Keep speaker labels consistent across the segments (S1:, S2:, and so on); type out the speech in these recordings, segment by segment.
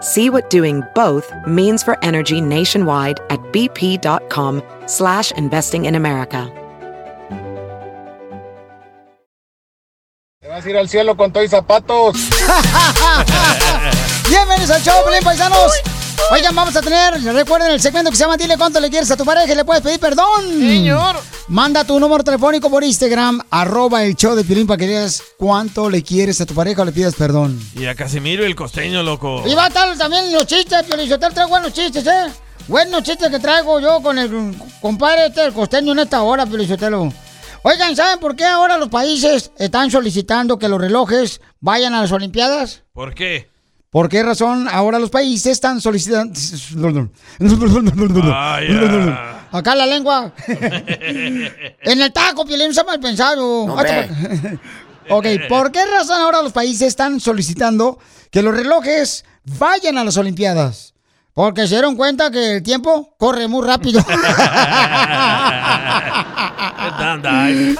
S1: See what doing both means for energy nationwide at bp.com slash investing in America.
S2: Te vas a ir al cielo con todo y zapatos.
S3: Bienvenidos al show, Pelín Paisanos. Oigan, vamos a tener, recuerden el segmento que se llama Dile cuánto le quieres a tu pareja y le puedes pedir perdón.
S4: Señor.
S3: Manda tu número telefónico por Instagram, arroba el show de Piolín para que digas cuánto le quieres a tu pareja o le pidas perdón.
S5: Y a Casimiro el costeño, loco.
S3: Y va a estar también los chistes, Piolín, yo te traigo buenos chistes, ¿eh? Buenos chistes que traigo yo con el compadre este, el costeño en esta hora, Piolín, Sotelo. Oigan, ¿saben por qué ahora los países están solicitando que los relojes vayan a las Olimpiadas?
S5: ¿Por qué?
S3: ¿Por qué razón ahora los países están solicitando...
S5: Vaya.
S3: Acá la lengua. En el taco, Piolín, no sea mal pensado.
S4: Hombre.
S3: Ok, ¿por qué razón ahora los países están solicitando que los relojes vayan a las Olimpiadas? Porque se dieron cuenta que el tiempo corre muy rápido.
S5: Dandai.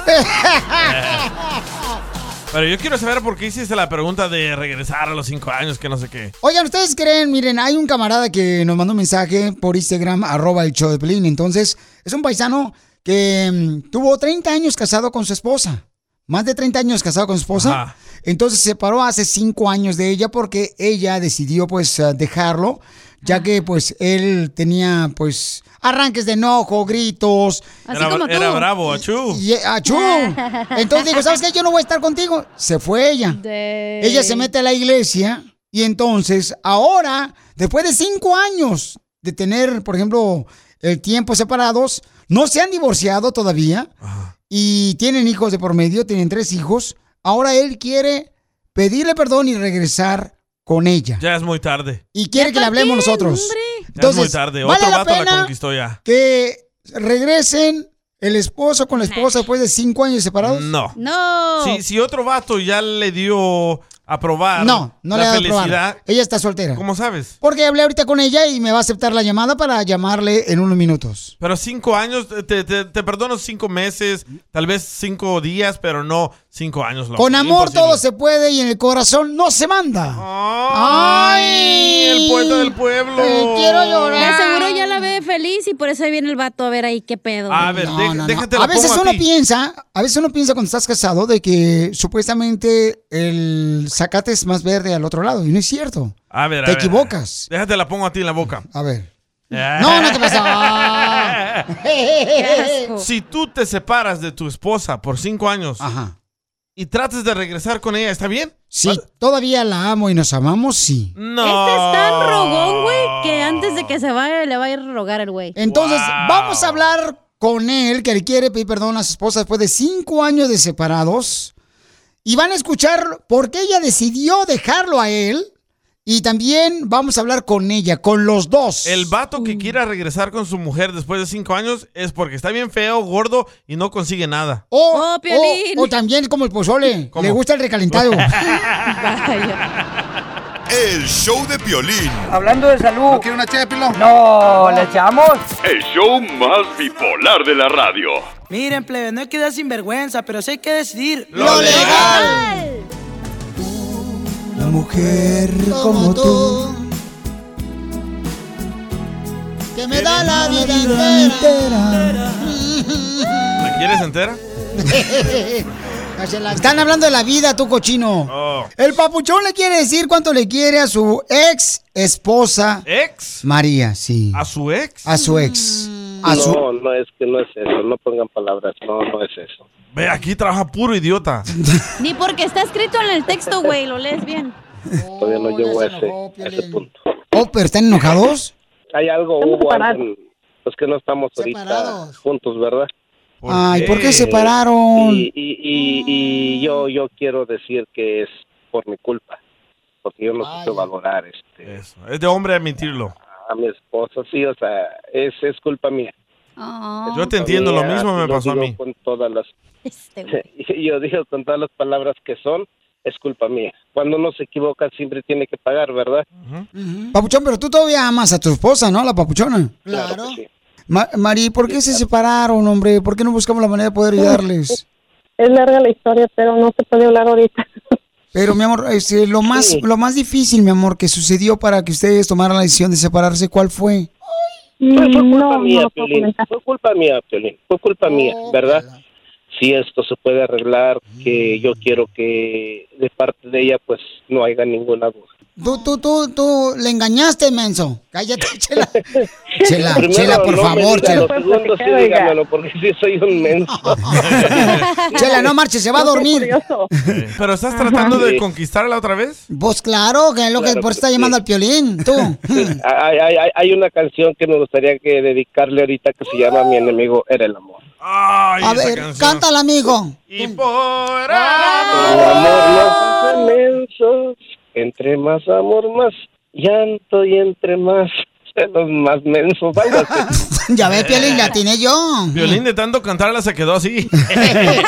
S5: Pero yo quiero saber por qué hiciste la pregunta de regresar a los cinco años, que no sé qué.
S3: Oigan, ¿ustedes creen? Miren, hay un camarada que nos mandó un mensaje por Instagram, arroba el show de Pelín. Entonces, es un paisano que mm, tuvo 30 años casado con su esposa. Más de 30 años casado con su esposa.
S5: Ajá.
S3: Entonces se separó hace 5 años de ella porque ella decidió pues eh, dejarlo, ya que pues él tenía pues arranques de enojo, gritos.
S5: Así Era- como tú. era bravo, achú.
S3: Y, y- achú. Entonces dijo, ¿sabes qué? Yo no voy a estar contigo. Se fue ella. Ella se mete a la iglesia y entonces ahora, después de cinco años de tener, por ejemplo, el tiempo separados, no se han divorciado todavía y tienen hijos de por medio, tienen tres hijos. Ahora él quiere pedirle perdón y regresar con ella.
S5: Ya es muy tarde.
S3: Y quiere que le hablemos nosotros.
S5: Ya es muy tarde.
S3: ¿vale
S5: Otro
S3: la
S5: vato la
S3: pena
S5: conquistó ya.
S3: que regresen el esposo con la esposa después de cinco años separados?
S5: No.
S6: No.
S5: Si, si otro vato ya le dio a probar
S3: No, no
S5: la
S3: le ha dado a
S5: felicidad,
S3: probar. Ella está soltera.
S5: ¿cómo sabes?
S3: Porque hablé ahorita con ella y me va a aceptar la llamada para llamarle en unos minutos.
S5: Pero cinco años, te, te- te perdono cinco meses, tal vez cinco días, pero no cinco años. loco.
S3: con amor
S5: Imposible.
S3: todo se puede y en el corazón no se manda. ¡Ay!
S5: El poeta del pueblo.
S6: De seguro ya la ve feliz y por eso ahí viene el vato a ver ahí qué pedo.
S5: A ver, de- déjate la
S3: A veces
S5: pongo a
S3: uno
S5: ti.
S3: piensa, a veces uno piensa cuando estás casado de que supuestamente el zacate es más verde al otro lado y no es cierto.
S5: A ver, a
S3: Te
S5: ver.
S3: equivocas.
S5: Déjate la pongo a ti en la boca. Eh.
S3: A ver. No, no te pasa.
S5: Si tú te separas de tu esposa por cinco años y trates de regresar con ella, ¿está bien?
S3: Si todavía la amo y nos amamos, sí.
S5: No.
S6: Este es tan rogón, güey, que antes de que se vaya le va a ir a rogar el güey.
S3: Entonces, vamos a hablar con él, que le quiere pedir perdón a su esposa después de cinco años de separados. Y van a escuchar por qué ella decidió dejarlo a él. Y también vamos a hablar con ella, con los dos.
S5: El vato que quiera regresar con su mujer después de cinco años es porque está bien feo, gordo y no consigue nada.
S3: O,
S6: Oh, Piolín.
S3: o- o también como el pozole,
S5: ¿Cómo?
S3: le gusta el recalentado.
S7: El show de Piolín.
S8: Hablando de salud. ¿No quiere una ché No, ¿le echamos?
S9: El show más bipolar de la radio.
S10: Miren, plebe, no hay que dar sinvergüenza, pero sí hay que decidir
S9: Lo
S10: legal.
S3: Una mujer como tú. Que me da la vida entera.
S5: ¿La quieres entera?
S3: Cállala. Están hablando de la vida, tú cochino.
S5: Oh.
S3: El papuchón le quiere decir cuánto le quiere a su ex esposa.
S5: ¿Ex?
S3: María, sí.
S5: ¿A su ex?
S3: A su ex. A su...
S11: Mm.
S12: No, no es que no es eso, no pongan palabras, no, no es eso.
S5: Ve, aquí trabaja puro idiota.
S6: Ni porque está escrito en el texto, güey, lo lees bien.
S4: Todavía no llego a ese, a ese punto.
S3: Oh, pero están enojados.
S4: Hay algo, hubo algo en- Pues que no estamos ahorita juntos, ¿verdad?
S3: Ay, ¿por qué
S4: Eh,
S3: se separaron?
S4: Y, y, y- y yo, yo quiero decir que es por mi culpa, porque yo no supe valorar este,
S5: Es de hombre admitirlo.
S4: a mi esposa, sí, o sea, es, es culpa mía.
S3: Oh,
S4: Es
S5: Yo te
S4: culpa
S5: entiendo, lo
S4: mía,
S5: mismo me
S4: yo
S5: pasó a
S4: digo
S5: mí.
S4: Con todas las,
S3: este
S6: güey.
S4: yo digo con todas las palabras que son, es culpa mía. Cuando uno se equivoca siempre tiene que pagar, ¿verdad?
S3: Papuchón, pero tú todavía amas a tu esposa, ¿no? La papuchona.
S4: Claro. que sí.
S3: Ma- Mari, ¿por qué se separaron, hombre? ¿Por qué no buscamos la manera de poder ayudarles?
S13: Es larga la historia, pero no se puede hablar ahorita.
S3: Pero, mi amor, este, lo, más, lo más difícil, mi amor, que sucedió para que ustedes tomaran la decisión de separarse, ¿cuál fue?
S4: Pues, Fue, fue culpa
S3: no,
S4: mía,
S3: no puedo
S4: Piolín. Fue culpa mía, Piolín. Fue culpa mía, ¿verdad? Si esto se puede arreglar,
S3: Mm.
S4: que yo quiero que de parte de ella, pues no haya ninguna duda.
S3: Tú, tú, tú, tú, le engañaste, menso. Cállate, chela. Chela,
S4: Primero,
S3: chela,
S4: no
S3: por
S4: me
S3: favor,
S4: digan
S3: chela.
S4: lo segundo, sí, dígamelo, porque sí soy un menso.
S3: Chela, no marches, se va a dormir.
S5: Eh, ¿Pero estás tratando de conquistarla otra vez?
S3: Vos, Pues claro, que es lo que
S4: Claro que
S3: por eso está
S4: sí.
S3: llamando al piolín, tú.
S4: hay, hay- hay- hay una canción que me gustaría que dedicarle ahorita que se llama Mi enemigo era el amor.
S3: a ver, cántala, amigo.
S5: Y por
S4: El amor nos hace mensos, entre más amor, más llanto y entre más los más mensos. algo así.
S3: Ya ves, piolín, la tiene yo.
S5: Violín de tanto cantarla se quedó así.
S4: eh.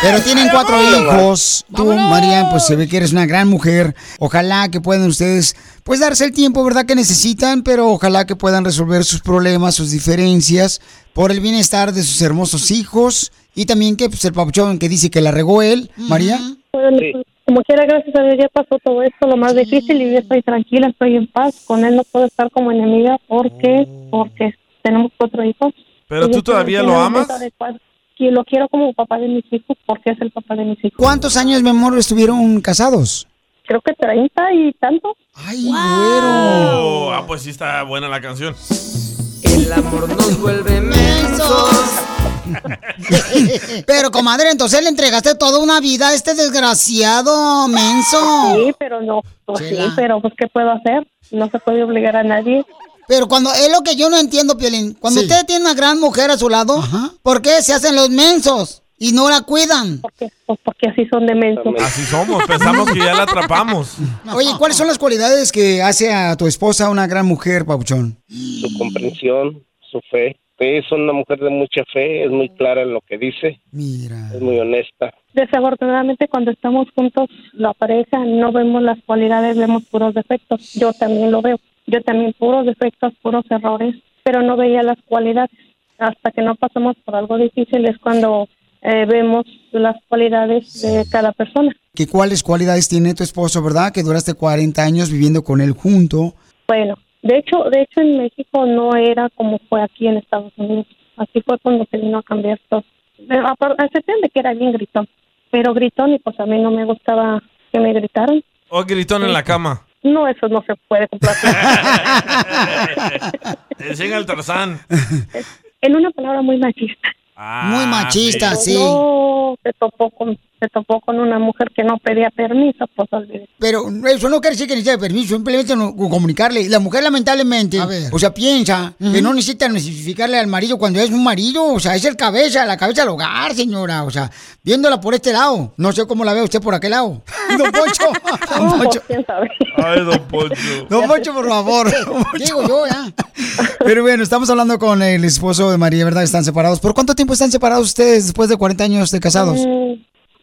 S3: Pero tienen cuatro hijos. Tú, María, pues se ve que eres una gran mujer. Ojalá que puedan ustedes, pues, darse el tiempo, ¿verdad? Que necesitan, pero ojalá que puedan resolver sus problemas, sus diferencias, por el bienestar de sus hermosos hijos. Y también que, pues, el papuchón que dice que la regó él, María.
S13: Bueno, Como quiera, gracias a Dios ya pasó todo esto, lo más difícil, y yo estoy tranquila, estoy en paz. Con él no puedo estar como enemiga porque, porque tenemos cuatro hijos.
S5: ¿Pero
S13: Y
S5: tú
S13: yo estoy
S5: todavía
S13: en
S5: lo
S13: el
S5: amas?
S13: momento adecuado. Y lo quiero como papá de mis hijos porque es el papá de mis hijos.
S3: ¿Cuántos años, mi amor, estuvieron casados?
S13: Creo que 30 y tanto.
S3: Ay,
S5: Oh, ah, pues sí está buena la canción.
S3: El amor nos vuelve Pero, comadre, entonces le entregaste toda una vida a este desgraciado menso.
S13: Sí, pero no, pues sí,
S3: Chela.
S13: pero pues ¿qué puedo hacer? No se puede obligar a nadie.
S3: Pero cuando es lo que yo no entiendo, Piolín, cuando
S13: Sí.
S3: usted tiene una gran mujer a su lado, ¿por qué se hacen los mensos y no la cuidan?
S13: porque así son de mensos.
S5: Así somos, pensamos que ya la atrapamos.
S3: Ah. Oye, ¿cuáles son las cualidades que hace a tu esposa una gran mujer, Pabuchón?
S4: Su comprensión, su fe. Es una mujer de mucha fe, es muy clara en lo que dice. Es muy honesta.
S13: Desafortunadamente cuando estamos juntos, la pareja, no vemos las cualidades, vemos puros defectos. Yo también lo veo. Yo también puros defectos, puros errores, pero no veía las cualidades. Hasta que no pasamos por algo difícil es cuando eh, vemos las cualidades de cada persona.
S3: ¿Que ¿Cuáles cualidades tiene tu esposo, verdad? Que duraste 40 años viviendo con él junto.
S13: Bueno, de hecho, de hecho en México no era como fue aquí en Estados Unidos. Así fue cuando se vino a cambiar todo. Pero apar- a excepción de que era bien gritón, pero gritón y pues a mí no me gustaba que me gritaran.
S5: O Oh, gritón en la cama.
S13: No, eso no se puede complacer.
S5: Te enseña el Tarzán.
S13: en una palabra muy machista.
S5: Ah,
S3: Muy machista, Ah, sí.
S13: No, se topó con se topó con una mujer que no pedía permiso, pues olvídate.
S3: Pero eso no quiere decir que necesite permiso, simplemente no- comunicarle. La mujer, lamentablemente, o sea, piensa que no necesita notificarle al marido cuando es un marido, o sea, es el cabeza, la cabeza del hogar, señora. O sea, viéndola por este lado, no sé cómo la ve usted por aquel lado. Don Poncho, Don Poncho,
S5: Ay, don Poncho.
S3: Don Poncho, por favor. Don Poncho. Digo yo, ya. Pero bueno, estamos hablando con el esposo de María, ¿verdad? Están separados. ¿Por cuánto tiempo están separados ustedes después de 40 años de casados?
S13: Mm,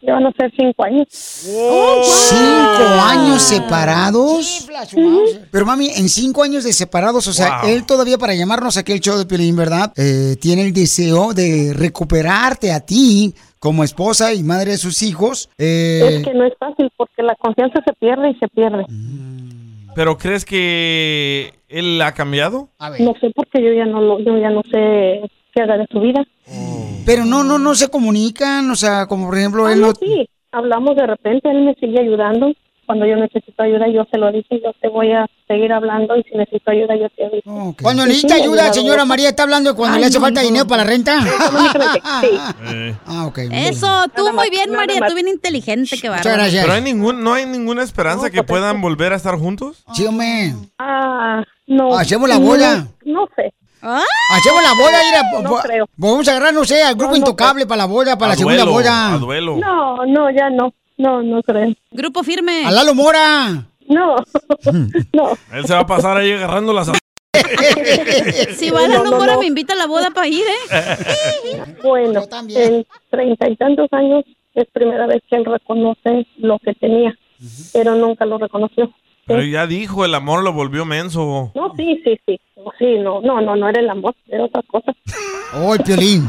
S13: Ya van a ser cinco años.
S3: ¿Cinco años separados? Pero mami, en cinco años de separados, o sea,
S2: Wow.
S3: él todavía para llamarnos aquí el show de Piolín, ¿verdad? Eh, tiene el deseo de recuperarte a ti como esposa y madre de sus hijos. Eh,
S13: Es que no es fácil porque la confianza se pierde y se pierde.
S5: ¿Pero crees que él ha cambiado?
S13: No sé porque yo ya no lo, yo ya no sé qué haga de su vida. Ah,
S3: Pero no, no,
S13: Ah,
S3: no se comunican, o sea, como por ejemplo él no...
S13: Sí, hablamos de repente, él me sigue ayudando. cuando yo necesito ayuda, yo se lo dije, yo te voy a seguir hablando y si necesito ayuda, yo te aviso.
S3: Cuando
S13: Y
S3: necesita
S13: sí,
S3: ayuda,
S13: ayudado.
S3: señora María está hablando de cuando
S13: Ay,
S3: le hace
S13: no,
S3: falta
S13: no.
S3: dinero para la renta.
S13: Económicamente, sí.
S3: Ah, ok. muy bien.
S6: Eso, tú muy bien, María, tú bien inteligente, qué bárbaro.
S5: ¿Pero hay ningún, no hay ninguna esperanza que puedan volver a estar juntos?
S3: Sí, hombre.
S13: Ah, no.
S3: Hacemos la bola.
S13: No, no sé.
S3: Hacemos Ah, la boda, mira.
S13: No
S3: po-
S13: creo.
S3: Vamos a agarrar, no sé, al grupo intocable para la boda, para
S5: A
S3: la segunda
S5: duelo,
S3: boda.
S5: a duelo.
S13: No, no, ya no. No, no creo.
S6: Grupo firme.
S3: A Lalo Mora.
S13: No.
S5: Él se va a pasar ahí agarrando las...
S6: Si va a la
S13: No, no,
S6: número,
S13: no.
S6: me invita a la boda para ir, ¿eh?
S13: Bueno, en treinta y tantos años es primera vez que él reconoce lo que tenía, pero nunca lo reconoció.
S5: Pero ya dijo, el amor lo volvió menso.
S13: No, sí, sí, sí. No, Sí, no, no, no, no era el amor, era otra cosa.
S3: Oh, el piolín.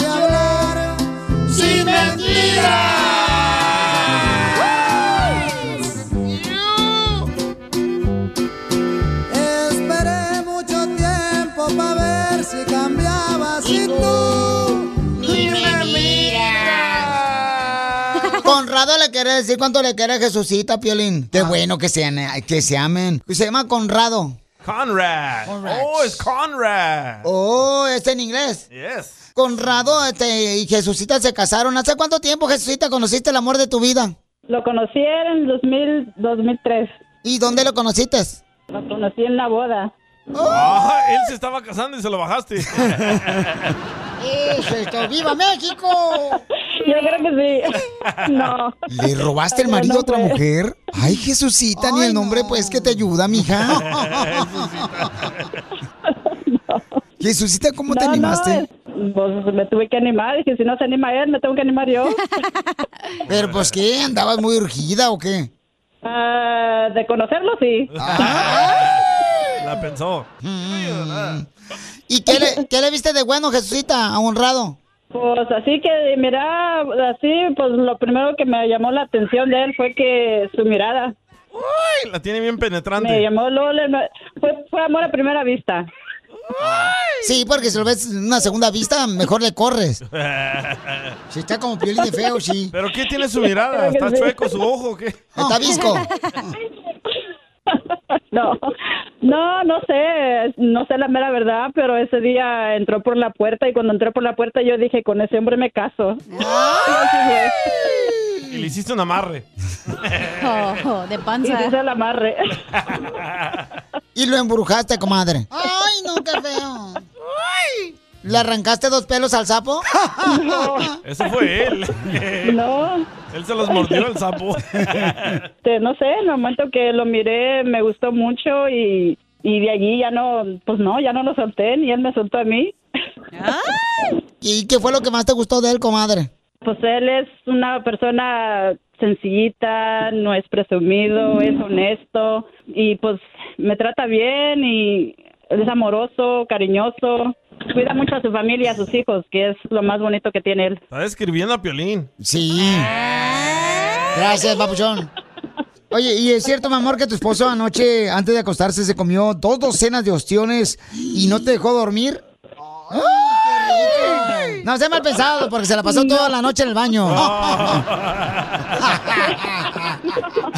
S8: Sin mentiras.
S11: Esperé mucho tiempo para ver si cambiabas y tú ni me miras.
S3: Conrado le quiere decir cuánto le quiere a Jesucita, Piolín.
S13: Ah.
S3: Qué bueno que, sean, eh, que se amen. Se llama Conrado.
S5: Conrad. Oh, es Conrad.
S3: Oh, está en inglés.
S5: Yes.
S3: Conrado este, y Jesucita se casaron. ¿Hace cuánto tiempo, Jesucita, conociste el amor de tu vida?
S14: Lo conocí en 2000, 2003.
S3: ¿Y dónde lo conociste?
S14: Lo conocí en la boda.
S5: Ah, él se estaba casando y se lo bajaste.
S3: ¡Eso es todo! ¡Viva México!
S14: Yo creo que sí. No.
S3: ¿Le robaste el marido a otra mujer? Ay, Jesucita, ni el nombre, pues, que te ayuda, mija. Jesucita, ¿cómo te
S14: No, no,
S3: animaste?
S14: es- pues me tuve que animar. Dije, si no se anima él, me tengo que animar yo.
S3: Pero, pues, ¿qué? ¿Andabas muy urgida o qué?
S14: Ah, de conocerlo, sí.
S3: Ah.
S5: La pensó.
S3: Mm. ¿Y qué le, qué le viste de bueno, Jesucita, a honrado?
S14: Pues así que, mira, así, pues lo primero que me llamó la atención de él fue que su mirada.
S5: Ay, la tiene bien penetrante.
S14: Me llamó Lola, fue, fue amor a primera vista.
S3: Sí, porque si lo ves en una segunda vista, mejor le corres. Si está como piolín de feo, sí.
S5: ¿Pero qué tiene su mirada? ¿Está chueco su ojo o qué?
S3: Está visco.
S14: No, no, no sé, no sé la mera verdad, pero ese día entró por la puerta y cuando entró por la puerta yo dije, con ese hombre me caso.
S5: Y le hiciste un amarre.
S6: Oh,
S14: de
S6: panza.
S14: Y hice el amarre.
S3: Y lo embrujaste, comadre.
S8: Ay, no, qué feo. Ay.
S3: ¿Le arrancaste dos pelos al sapo?
S5: Eso fue él.
S14: No.
S5: Él se los mordió el sapo.
S14: Este, no sé, en el momento que lo miré me gustó mucho y, y de allí ya no, pues no, ya no lo solté ni él me soltó a mí.
S3: ¿Y qué fue lo que más te gustó de él, comadre?
S14: Pues él es una persona sencillita, no es presumido, es honesto y pues me trata bien y es amoroso, cariñoso, cuida mucho a su familia y a sus hijos, que es lo más bonito que tiene él.
S5: Está escribiendo a Piolín.
S3: Sí. Gracias, papuchón. Oye, ¿y es cierto, mi amor, que tu esposo anoche, antes de acostarse, se comió dos docenas de ostiones y no te dejó dormir? No, se mal pensado, porque se la pasó toda la noche en el baño.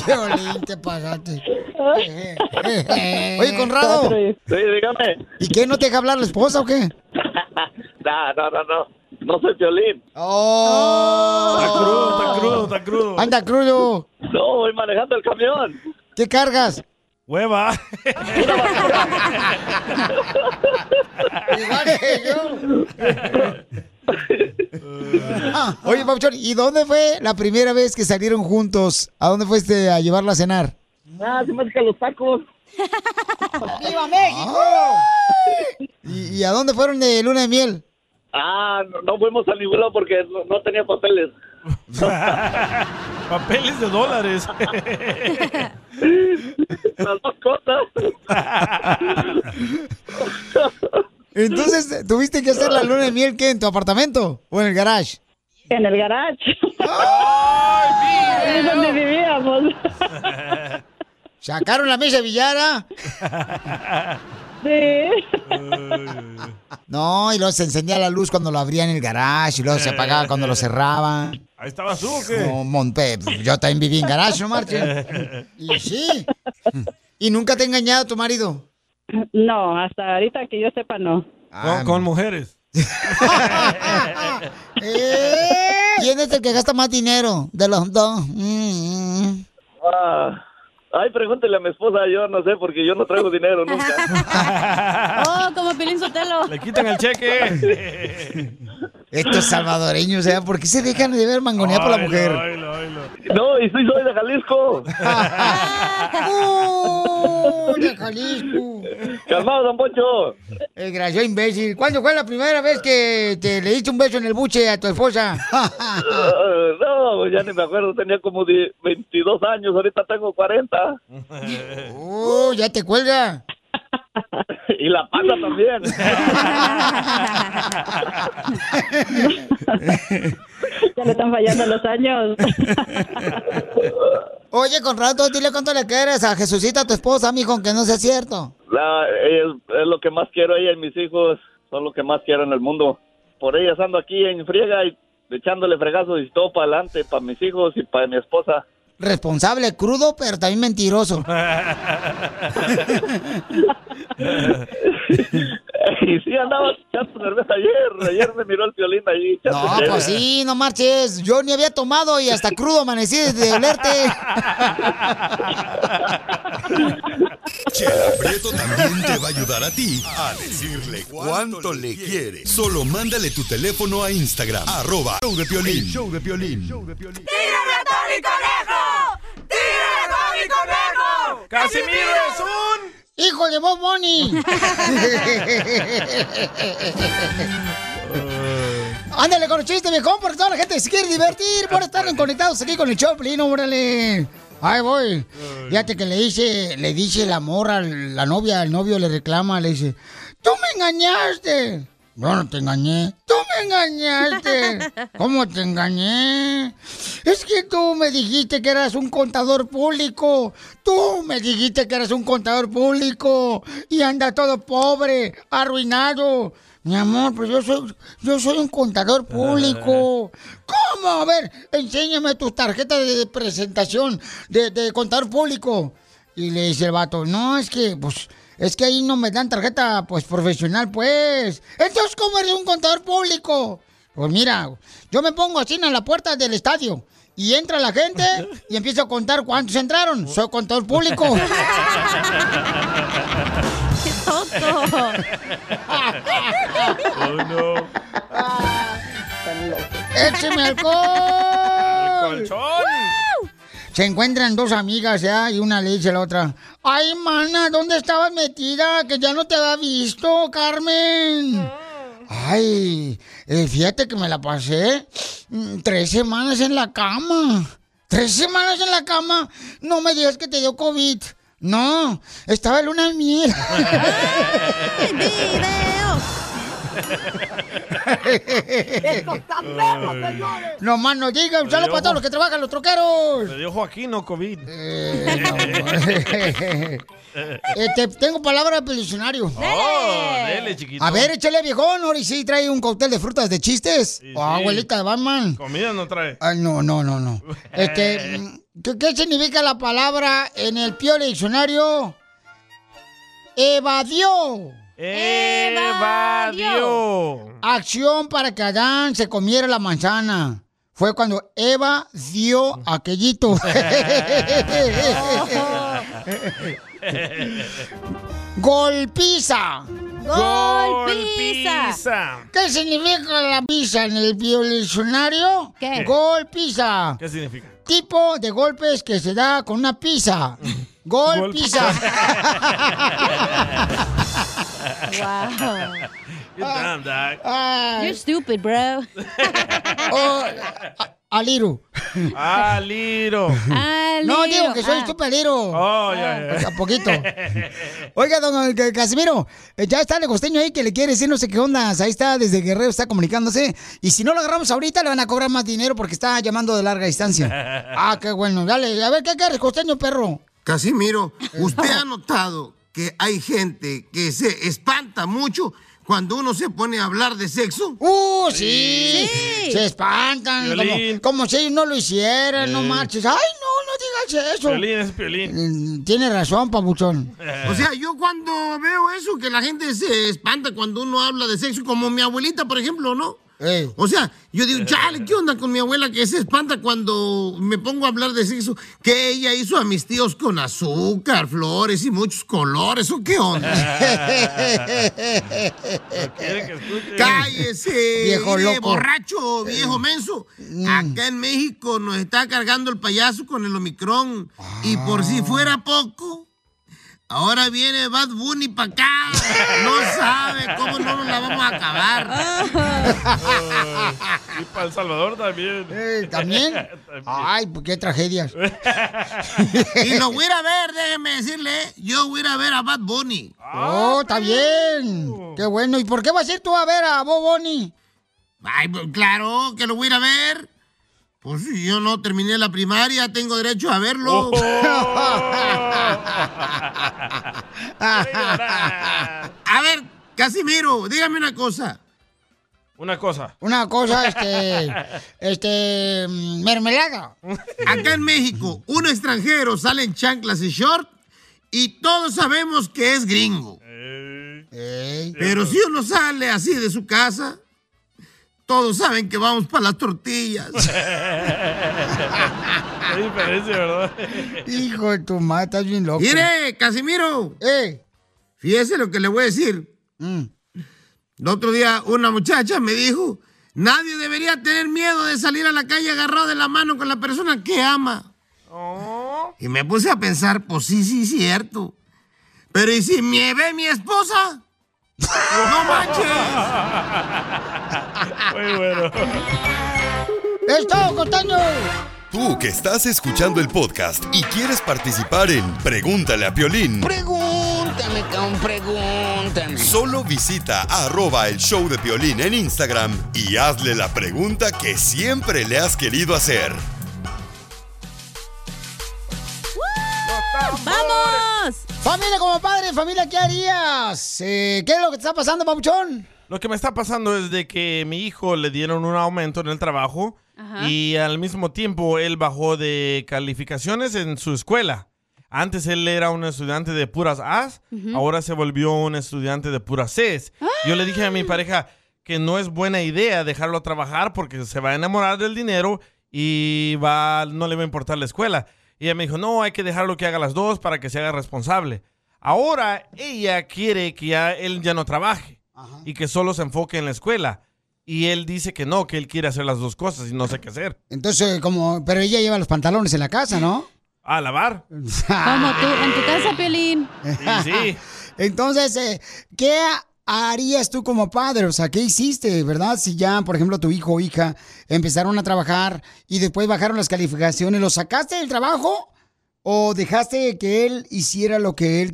S3: Qué olín, te pasaste. Oye, Conrado.
S15: Sí, dígame.
S3: ¿Y qué? ¿No te deja hablar la esposa o qué?
S15: No, no, no, no. No soy violín. Oh.
S3: Está
S5: crudo, está crudo, está crudo.
S3: Anda, crudo.
S15: No, voy manejando el camión.
S3: ¿Qué cargas?
S5: Hueva.
S15: Ah.
S3: Oye, Papuchón, ¿y dónde fue la primera vez que salieron juntos? ¿A dónde fuiste a llevarla a cenar?
S15: Ah, se me que los tacos.
S3: ¡Viva México! ¿Y, y a dónde fueron de luna de miel?
S15: Ah, no, no fuimos a ningún lado porque no, no tenía papeles.
S5: Papeles de dólares.
S15: Las dos cosas.
S3: Entonces, eh, ¿tuviste que hacer la luna de miel qué? ¿En tu apartamento? ¿O en el garage?
S16: En el garage.
S3: ¡Ay,
S16: Es donde vivíamos.
S3: ¿Sacaron la mesa de Villara?
S16: Sí.
S3: No, y luego se encendía la luz cuando lo abrían en el garage, y luego se apagaba cuando lo cerraban.
S5: Ahí estabas tú, ¿o qué?
S3: No, monte, yo también viví en garage, no marches. Y sí. ¿Y nunca te ha engañado tu marido? Ah,
S16: No, hasta ahorita que yo sepa, no.
S5: Con, con mujeres.
S3: ¿Quién es el que gasta más dinero de los dos? Mm,
S15: Ah, ay, pregúntele a mi esposa, yo no sé, porque yo no traigo dinero nunca.
S6: Oh, como Pilín Sotelo.
S5: Le quitan el cheque.
S3: Estos salvadoreños, ¿eh? ¿por qué se dejan de ver mangonear por la
S15: Ay,
S3: mujer?
S15: no, No, y soy, soy de Jalisco.
S3: de Jalisco!
S15: Calmado, don Poncho.
S3: Desgraciado imbécil. ¿Cuándo fue la primera vez que te le diste un beso en el buche a tu esposa?
S15: Ah, no, ya ni me acuerdo, tenía como de 22 años, ahorita tengo 40.
S3: ¡Oh, ya te cuelga!
S15: Y la panda también.
S16: Ya le están fallando los años.
S3: Oye, Conrado, dile cuánto le quieres a Jesucita, a tu esposa, mijo, que no sea cierto.
S15: La- es, es lo que más quiero ella y mis hijos, son lo que más quiero en el mundo. Por ellas ando aquí en friega y echándole fregazos y todo para adelante, para mis hijos y para mi esposa.
S3: Responsable, crudo, pero también mentiroso.
S15: y sí, andaba echando cerveza ayer, ayer me miró el violín ahí. echando
S3: No,
S15: cerveza.
S3: pues sí, no marches. Yo ni había tomado y hasta crudo amanecí de olerte.
S7: Chela Prieto también te va a ayudar a ti a decirle cuánto le quiere. Solo mándale tu teléfono a Instagram, arroba show de Piolín. Show de Piolín.
S11: ¡Tírame a Tony Conejo! ¡Tírame a Tony Conejo!
S5: ¡Casimiro es
S11: un...
S3: ¡Hijo de Bob Bunny! Ándale con el chiste, viejón, porque toda la gente se quiere divertir por estar conectados aquí con el Choplin, órale. Ahí voy. Fíjate que le dice, le dice la morra, la novia, el novio le reclama, le dice, tú me engañaste. Yo no te engañé. Tú me engañaste. ¿Cómo te engañé? Es que tú me dijiste que eras un contador público. Tú me dijiste que eras un contador público. Y anda todo pobre, arruinado. Mi amor, pues yo soy, yo soy un contador público. ¿Cómo? A ver, enséñame tus tarjetas de presentación de, de contador público. Y le dice el vato, no, es que, pues, es que ahí no me dan tarjeta, pues, profesional, pues. Entonces, ¿cómo eres un contador público? Pues mira, yo me pongo así en la puerta del estadio y entra la gente y empiezo a contar cuántos entraron. Soy contador público.
S11: ¡Qué
S6: tonto!
S11: ¡Oh, no!
S3: ¡Écheme alcohol!
S11: ¡El colchón!
S3: Se encuentran dos amigas, ¿ya? Y una le dice a la otra, ¡Ay, mana, ¿dónde estabas metida? Que ya no te había visto, Carmen. Ay, eh, fíjate que me la pasé mm, tres semanas en la cama. ¿Tres semanas en la cama? No me digas que te dio COVID. No, estaba en luna de miel.
S11: ¡Esto está feo, señores!
S3: No más no diga, un saludo para todos los que trabajan los troqueros.
S5: Le dio Joaquino COVID.
S3: Este, tengo palabra de diccionario.
S5: Oh, dele, chiquito.
S3: A ver, échale viejón, ahora sí trae un cóctel de frutas de chistes.
S5: Sí,
S3: Oh,
S5: sí.
S3: abuelita de Batman.
S5: Comida no trae.
S3: Ay, no, no, no, no. Este, mm, ¿qué, qué significa la palabra en el piole diccionario? Evadió.
S5: Evadió.
S3: Acción para que Adán se comiera la manzana. Fue cuando Eva dio aquellito. Golpiza.
S5: Golpiza.
S3: ¿Qué significa la pizza en el diccionario?
S5: ¿Qué?
S3: Golpiza.
S5: ¿Qué significa?
S3: Tipo de golpes que se da con una pizza. Golpiza.
S6: Wow.
S5: You're dumb, dog.
S6: Oh, You're stupid, bro.
S3: O, Aliru.
S5: Ah, Aliro.
S3: No, digo que soy estúpido Aliru.
S5: Oh, ya, ya.
S3: O sea, pues, poquito. Oiga, don eh, Casimiro, eh, ya está el costeño ahí que le quiere decir no sé qué ondas. Ahí está, desde Guerrero está comunicándose. Y si no lo agarramos ahorita, le van a cobrar más dinero porque está llamando de larga distancia. Ah, qué bueno. Dale, a ver, ¿qué quieres, costeño, perro?
S2: Casimiro, ¿usted ha notado que hay gente que se espanta mucho cuando uno se pone a hablar de sexo?
S3: ¡Uh, sí! Se espantan, como,
S2: Violín.
S3: como si ellos no lo hicieran, no
S2: Eh.
S3: marches. ¡Ay, no, no digas eso!
S2: Violín, es
S3: Mm, Tiene razón, papuchón.
S2: O sea, yo cuando veo eso, que la gente se espanta cuando uno habla de sexo, como mi abuelita, por ejemplo, ¿no?
S3: Eh,
S2: O sea, yo digo, chale, ¿qué onda con mi abuela que se espanta cuando me pongo a hablar de sexo? Que ella hizo a mis tíos con azúcar, flores y muchos colores, ¿o qué onda? Cállese,
S17: Viejo
S2: mire,
S17: loco. Mm.
S2: borracho, viejo menso. Acá en México nos está cargando el payaso con el Omicron. Y por
S17: Ah.
S2: si fuera poco, ahora viene Bad Bunny para acá. No sabe cómo no nos la vamos a acabar.
S5: Y para El Salvador también.
S3: Eh, ¿También? Ay, pues qué tragedias.
S2: y lo voy a ir a ver, déjeme decirle, ¿eh? yo voy a ir a ver a Bad Bunny. ¡Ah,
S3: Oh, está bien. Qué bueno. ¿Y por qué vas a ir tú a ver a Boboni?
S2: Ay, pues, claro que lo voy a ir a ver. Pues si yo no terminé la primaria, tengo derecho a verlo.
S5: Oh,
S2: a ver, Casimiro, dígame una cosa.
S5: Una cosa.
S3: Una cosa, este. este. mm, mermelada.
S2: Acá en México, un extranjero sale en chanclas y short y todos sabemos que es gringo. Pero si uno sale así de su casa, todos saben que vamos para las tortillas.
S5: Qué diferencia, ¿verdad?
S3: Hijo de tu madre, estás bien loco. Eh.
S2: Mire, Casimiro. Fíjese lo que le voy a decir.
S3: Mm.
S2: El otro día una muchacha me dijo, nadie debería tener miedo de salir a la calle agarrado de la mano con la persona que ama. Y me puse a pensar, pues sí, sí, cierto. Pero ¿y si me ve mi esposa? ¡No manches!
S5: Muy bueno.
S3: ¡Es todo, Costeño!
S7: Tú que estás escuchando el podcast y quieres participar en Pregúntale a Piolín,
S18: Pregúntame, con pregúntame.
S7: solo visita arroba el show de Piolín en Instagram y hazle la pregunta que siempre le has querido hacer.
S3: ¡Vamos! Familia como padre, familia, ¿qué harías? Eh, ¿Qué es lo que te está pasando, papuchón?
S5: Lo que me está pasando es de que mi hijo le dieron un aumento en el trabajo
S6: Ajá.
S5: y al mismo tiempo él bajó de calificaciones en su escuela. Antes él era un estudiante de puras A's,
S6: Ujú.
S5: ahora se volvió un estudiante de puras C's. Yo le dije a
S6: ¡Ah!
S5: mi pareja que no es buena idea dejarlo trabajar porque se va a enamorar del dinero y va, no le va a importar la escuela. Y ella me dijo, no, hay que dejarlo que haga las dos para que se haga responsable. Ahora ella quiere que ya él ya no trabaje y que solo se enfoque en la escuela. Y él dice que no, que él quiere hacer las dos cosas y no sé qué hacer.
S3: Entonces, como. Pero ella lleva los pantalones en la casa, ¿no?
S5: A lavar.
S3: Como
S6: Como tú, en tu casa, Piolín.
S5: sí.
S3: Entonces, eh, ¿qué harías tú como padre? O sea, ¿qué hiciste, verdad? Si ya, por ejemplo, tu hijo o hija empezaron a trabajar y después bajaron las calificaciones, ¿lo sacaste del trabajo o dejaste que él hiciera lo que él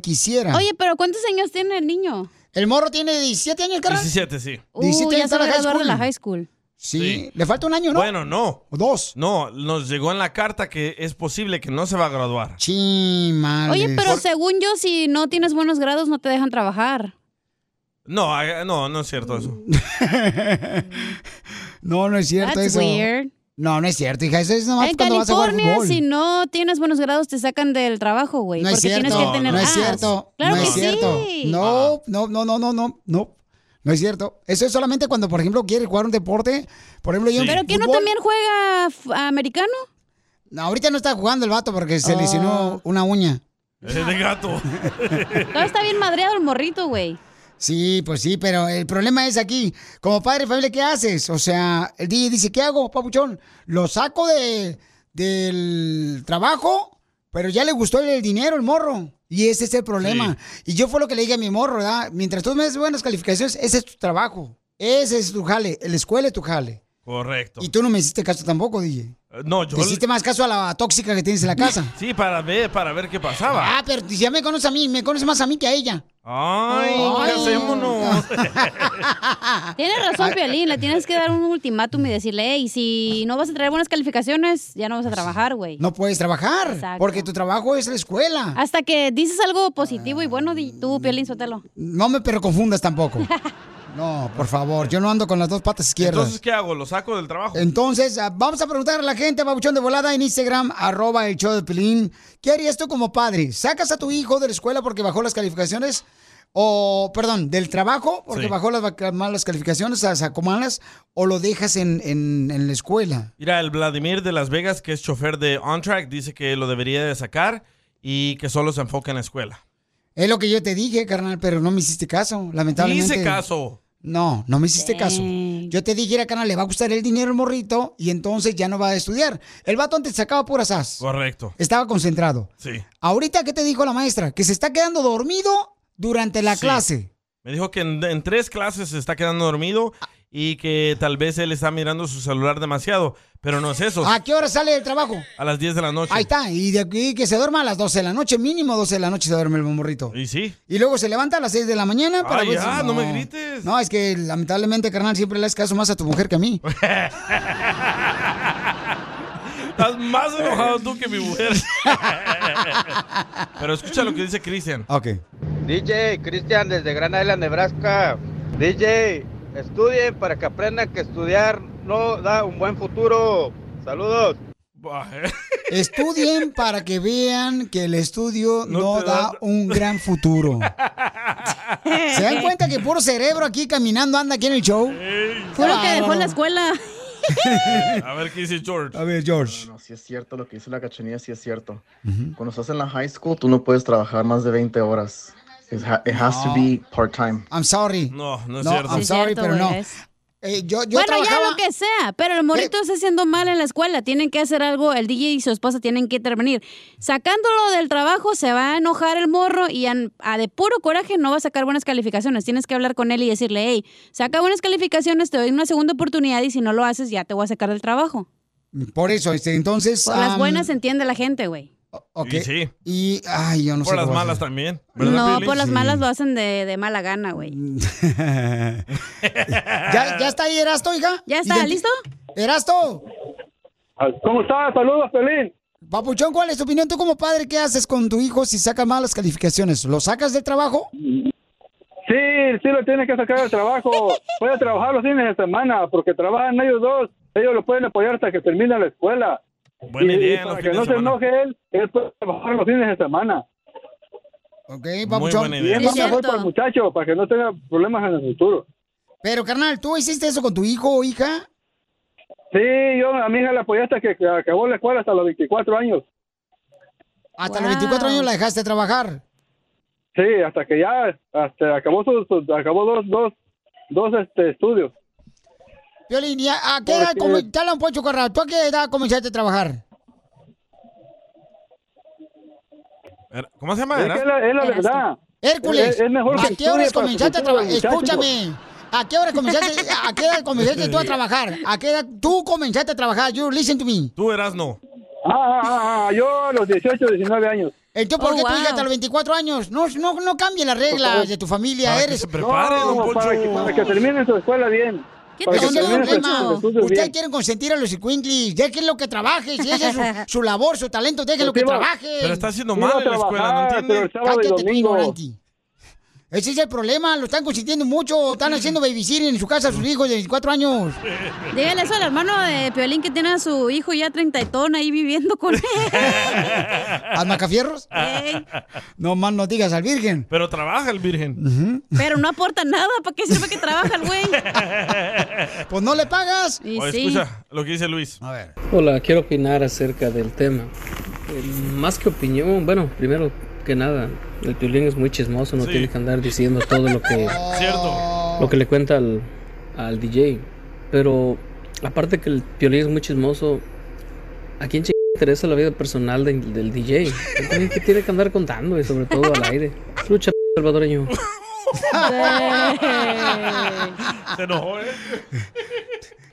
S3: quisiera?
S6: Oye, pero ¿cuántos años tiene el niño?
S3: El morro tiene 17 años, carnal.
S5: 17, sí.
S6: Uh, ya se va a graduar de la high
S3: school. Sí. Le falta un año, ¿no?
S5: Bueno, no.
S3: dos?
S5: No, nos llegó en la carta que es posible que no se va a graduar.
S6: Oye, pero
S5: Por-
S6: según yo, si no tienes buenos grados, no te dejan trabajar.
S5: No, ah, no, no es cierto eso.
S3: No, no es cierto
S6: That's
S3: eso.
S6: weird.
S3: No, no es cierto, hija. Eso es nomás
S6: en
S3: cuando vas a jugar
S6: California,
S3: fútbol.
S6: si no tienes buenos grados, te sacan del trabajo, güey.
S3: No es
S6: porque
S3: cierto,
S6: tienes que tener
S3: no es
S6: as.
S3: cierto,
S6: Claro
S3: no
S6: que
S3: es cierto.
S6: sí.
S3: No, no, no, no, no, no, no, no es cierto. Eso es solamente cuando, por ejemplo, quiere jugar un deporte. Por ejemplo, yo en
S6: ¿Pero quién no
S3: fútbol-
S6: también juega f- americano?
S3: No, ahorita no está jugando el vato porque se
S6: Oh.
S3: lesionó una uña.
S5: Es de gato.
S6: No, está bien madreado el morrito, güey.
S3: Sí, pues sí, pero el problema es aquí, como padre de familia, ¿qué haces? O sea, el DJ dice, ¿qué hago, papuchón? Lo saco de, del trabajo, pero ya le gustó el dinero, el morro. Y ese es el problema. Y yo fue lo que le dije a mi morro, ¿verdad? Mientras tú me des buenas calificaciones, ese es tu trabajo. Ese es tu jale. La escuela es tu jale.
S5: Correcto.
S3: Y tú no me hiciste caso tampoco, DJ.
S5: Eh, No, yo.
S3: Te hiciste más caso a la tóxica que tienes en la casa.
S5: Sí, para ver, para ver qué pasaba.
S3: Ah, pero ya me conoces a mí, me conoces más a mí que a ella. Ah,
S5: Ay,
S3: Ay.
S5: casémonos.
S6: Tienes razón, Piolín. Le tienes que dar un ultimátum y decirle, hey, si no vas a traer buenas calificaciones, ya no vas a trabajar, güey.
S3: Pues, No puedes trabajar,
S6: Exacto.
S3: porque tu trabajo es la escuela.
S6: Hasta que dices algo positivo y bueno, di- tú, Piolín, suéltalo.
S3: No me pero confundas tampoco. No, por favor, yo no ando con las dos patas
S5: Entonces,
S3: izquierdas.
S5: ¿qué hago? ¿Lo saco del trabajo?
S3: Entonces, ah, vamos a preguntar a la gente, babuchón de volada, en Instagram, arroba el show de Pelín. ¿Qué harías tú como padre? ¿Sacas a tu hijo de la escuela porque bajó las calificaciones? O, perdón, del trabajo porque
S5: Sí.
S3: bajó las vaca- malas calificaciones, las sacó malas, o lo dejas en, en- en la escuela.
S5: Mira, el Vladimir de Las Vegas, que es chofer de OnTrack, dice que lo debería de sacar y que solo se enfoque en la escuela.
S3: Es lo que yo te dije, carnal, pero no me hiciste caso, lamentablemente.
S5: Hice caso.
S3: No, no me hiciste caso. Yo te dije, canal, le va a gustar el dinero el morrito y entonces ya no va a estudiar. El vato antes sacaba puras as.
S5: Correcto.
S3: Estaba concentrado.
S5: Sí.
S3: Ahorita, ¿qué te dijo la maestra? Que se está quedando dormido durante la
S5: Sí.
S3: clase.
S5: Me dijo que en, en tres clases se está quedando dormido y que tal vez él está mirando su celular demasiado, pero no es eso.
S3: ¿A Ah, qué hora sale del trabajo?
S5: A las 10 de la noche.
S3: Ahí está. Y de aquí que se duerma a las 12 de la noche, mínimo 12 de la noche se duerme el morrito.
S5: Y sí.
S3: Y luego se levanta a las 6 de la mañana para
S5: Ay,
S3: ver
S5: ya, no me grites.
S3: No, es que lamentablemente, carnal, siempre le haces caso más a tu mujer que a mí.
S5: Estás más enojado tú que mi mujer. Pero escucha lo que dice Cristian.
S3: Ok.
S19: DJ, Cristian desde Gran Island, Nebraska. DJ, estudien para que aprendan que estudiar no da un buen futuro. Saludos.
S3: Estudien para que vean que el estudio no,
S19: No te
S3: da
S19: da-
S3: un gran futuro. ¿Se dan cuenta que puro cerebro aquí caminando anda aquí en el show?
S6: Fue lo que dejó en la escuela.
S5: A ver qué dice George.
S3: A ver, George.
S20: No, sí es cierto, lo que dice la cachanilla sí es cierto. Cuando estás en la high school, tú no puedes trabajar más de 20 horas. It, ha- it has
S3: No.
S20: to be part-time.
S3: I'm sorry.
S5: No, no
S20: es cierto.
S3: I'm
S20: Sí es
S3: sorry,
S20: cierto,
S3: pero no.
S20: güey, es-
S3: Eh, yo,
S6: pues.
S3: yo
S6: bueno, ya
S3: trabajaba- Eh.
S6: lo que sea, pero el morrito está haciendo mal en la escuela. Tienen que hacer algo, el DJ y su esposa tienen que intervenir. Sacándolo del trabajo, se va a enojar el morro y an- a, de puro coraje no va a sacar buenas calificaciones. Tienes que hablar con él y decirle, hey, saca buenas calificaciones, te doy una segunda oportunidad y si no lo haces, ya te voy a sacar del trabajo.
S3: Por eso, este, entonces.
S6: Por las
S3: am,
S6: buenas entiende la gente, güey.
S3: ok.
S5: Y sí.
S3: Y, ay, yo no
S5: Por
S3: sé.
S5: las
S3: cómo
S5: malas
S3: hacer.
S5: también. ¿verdad,
S6: No,
S5: Piolín?
S6: por las
S5: Sí.
S6: malas lo hacen de, de mala gana, güey.
S3: ¿Ya, ya está ahí, Erasto, hija? Eh.
S6: ¿Ya está, listo?
S3: Erasto.
S21: Ah, ¿Cómo estás? Saludos, Pelín.
S3: Papuchón, ¿cuál es tu opinión? Tú como padre, ¿qué haces con tu hijo si saca malas calificaciones? ¿Lo sacas del trabajo?
S21: Sí, sí lo tienes que sacar del trabajo. Voy a trabajar los fines de semana porque trabajan ellos dos. Ellos lo pueden apoyar hasta que termine la escuela.
S5: Buena
S21: Y- y
S5: idea, los
S21: para que
S5: fines
S21: no
S5: de
S21: se
S5: semana.
S21: enoje él, él puede trabajar los fines de semana.
S3: Ok,
S21: Papuchón.
S3: buena
S21: Y
S3: idea.
S21: es más
S3: Es
S21: mejor
S3: cierto.
S21: para el muchacho, para que no tenga problemas en el futuro.
S3: Pero, carnal, ¿tú hiciste eso con tu hijo o hija?
S21: Sí, yo a mi hija la apoyé hasta que acabó la escuela, hasta los 24 años.
S3: Hasta los 24 años la dejaste trabajar.
S21: Sí, hasta que ya hasta acabó sus, sus- acabó dos, dos, dos este, estudios.
S3: Violín, ¿y a, a qué edad?
S21: Porque-
S3: come- Dale un poncho, carnal. ¿Tú a qué edad comenzaste a trabajar?
S5: Er- ¿Cómo se llama?
S21: Es que es la- es la
S5: Erasto?
S21: verdad.
S3: Hércules,
S21: Es- es mejor
S3: ¿a
S21: que
S3: qué horas
S21: estudie para
S3: comenzaste a
S21: que
S3: trabajar?
S21: estudie, muchacho.
S3: Escúchame. ¿A qué hora comenzaste, a qué edad comenzaste tú a trabajar? ¿A qué edad tú comenzaste a trabajar? You listen to me.
S5: Tú eras no.
S21: Ah, ah, ah, yo a los 18, 19 años.
S3: Entonces, ¿por
S21: Oh,
S3: qué tú
S21: wow.
S3: hasta los 24 años? No, no, no cambie las reglas Ah, de tu familia.
S21: Para que
S3: eres...
S21: se prepare, No, don para Poncho. que- para que termine su escuela bien.
S3: ¿Qué
S21: Para que
S3: tengo
S21: termine sus
S3: problema?
S21: estudios bien.
S3: Ustedes quieren consentir a los escuinclis. Déjenlo que trabaje. Si ese es su, su labor, su talento, déjenlo que
S21: Pues iba-
S3: trabaje.
S21: pero está haciendo mal Iba a en la escuela, ¿no trabajar, entiende? pero el sábado y
S3: Cállate, tú,
S21: domingo.
S3: ignorante. Ese es el problema. Lo están consintiendo mucho. Están haciendo babysitting en su casa a sus hijos de 24 años.
S6: Dígale eso al hermano de Piolín que tiene a su hijo ya treintentón ahí viviendo con él.
S3: ¿Al Macafierros? No más no digas al virgen.
S5: Pero trabaja el virgen.
S6: Pero no aporta nada, ¿para qué sirve que trabaja el güey?
S3: Pues no le pagas.
S5: Oye, escucha lo que dice Luis. A ver.
S22: Hola, quiero opinar acerca del tema. Eh, más que opinión, bueno, primero que nada, el Piolín es muy chismoso, no
S5: Sí.
S22: tiene que andar diciendo todo lo que,
S5: Cierto.
S22: lo que le cuenta al, al DJ. Pero aparte que el Piolín es muy chismoso, ¿a quién chingada le interesa la vida personal del- del DJ? Él tiene que- tiene que andar contando y sobre todo al aire? Lucha, salvadoreño.
S5: Se enojó, ¿eh?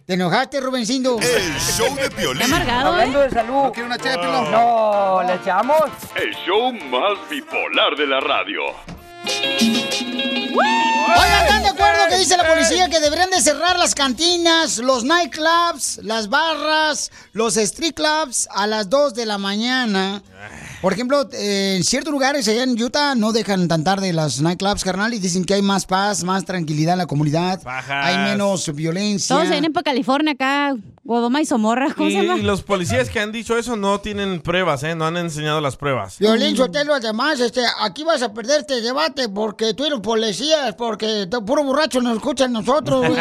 S3: Te enojaste, Rubencindo.
S23: El show de Piolín.
S11: Hablando de salud. ¿No quiere una ché, Pilón? No, ¿le echamos?
S9: El show más bipolar de la radio.
S3: Oigan, ¿están de acuerdo que dice la policía que deberían de cerrar las cantinas, los nightclubs, las barras, los street clubs a las 2 de la mañana? Por ejemplo, eh, en ciertos lugares allá en Utah no dejan tan tarde las nightclubs, carnal, y dicen que hay más paz, más tranquilidad en la comunidad, hay menos violencia.
S6: Todos se vienen para California acá, Godoma y Somorra, ¿cómo
S5: Y,
S6: se llama?
S5: y los policías que han dicho eso no tienen pruebas, ¿eh? No han enseñado las pruebas.
S3: Violín Sotelo, además, este, aquí vas a perder este debate porque tú eres policías, porque t- puro borracho nos escuchan nosotros, güey.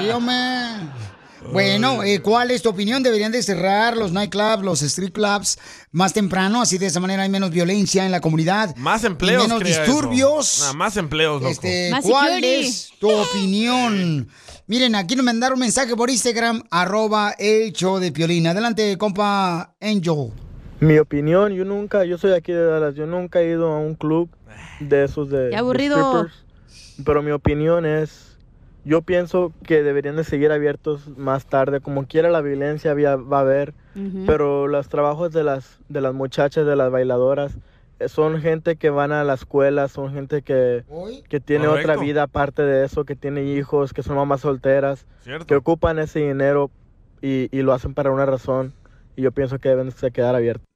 S3: Sí, hombre. Bueno, eh, ¿cuál es tu opinión? ¿Deberían de cerrar los nightclubs, los street clubs más temprano? Así de esa manera hay menos violencia en la comunidad.
S5: Más empleos,
S3: Menos
S5: crea eso.
S3: disturbios.
S5: Nah, más empleos, loco.
S3: Este, ¿Cuál es tu opinión? Miren, aquí nos mandaron un mensaje por Instagram, arroba el show de Piolín. Adelante, compa Angel.
S24: Mi opinión, yo nunca, yo soy de aquí de Dallas, yo nunca he ido a un club de esos de,
S6: Qué
S24: de
S6: aburrido.
S24: strippers, pero mi opinión es, yo pienso que deberían de seguir abiertos más tarde, como quiera la violencia había- va a haber,
S25: Ujú.
S24: pero los trabajos de las, de las muchachas, de las bailadoras, eh, son gente que van a la escuela, son gente que, que tiene otra
S26: Correcto.
S24: vida aparte de eso, que tiene hijos, que son mamás solteras,
S26: Cierto.
S24: que ocupan ese dinero y, y lo hacen para una razón, y yo pienso que deben de quedar abiertos.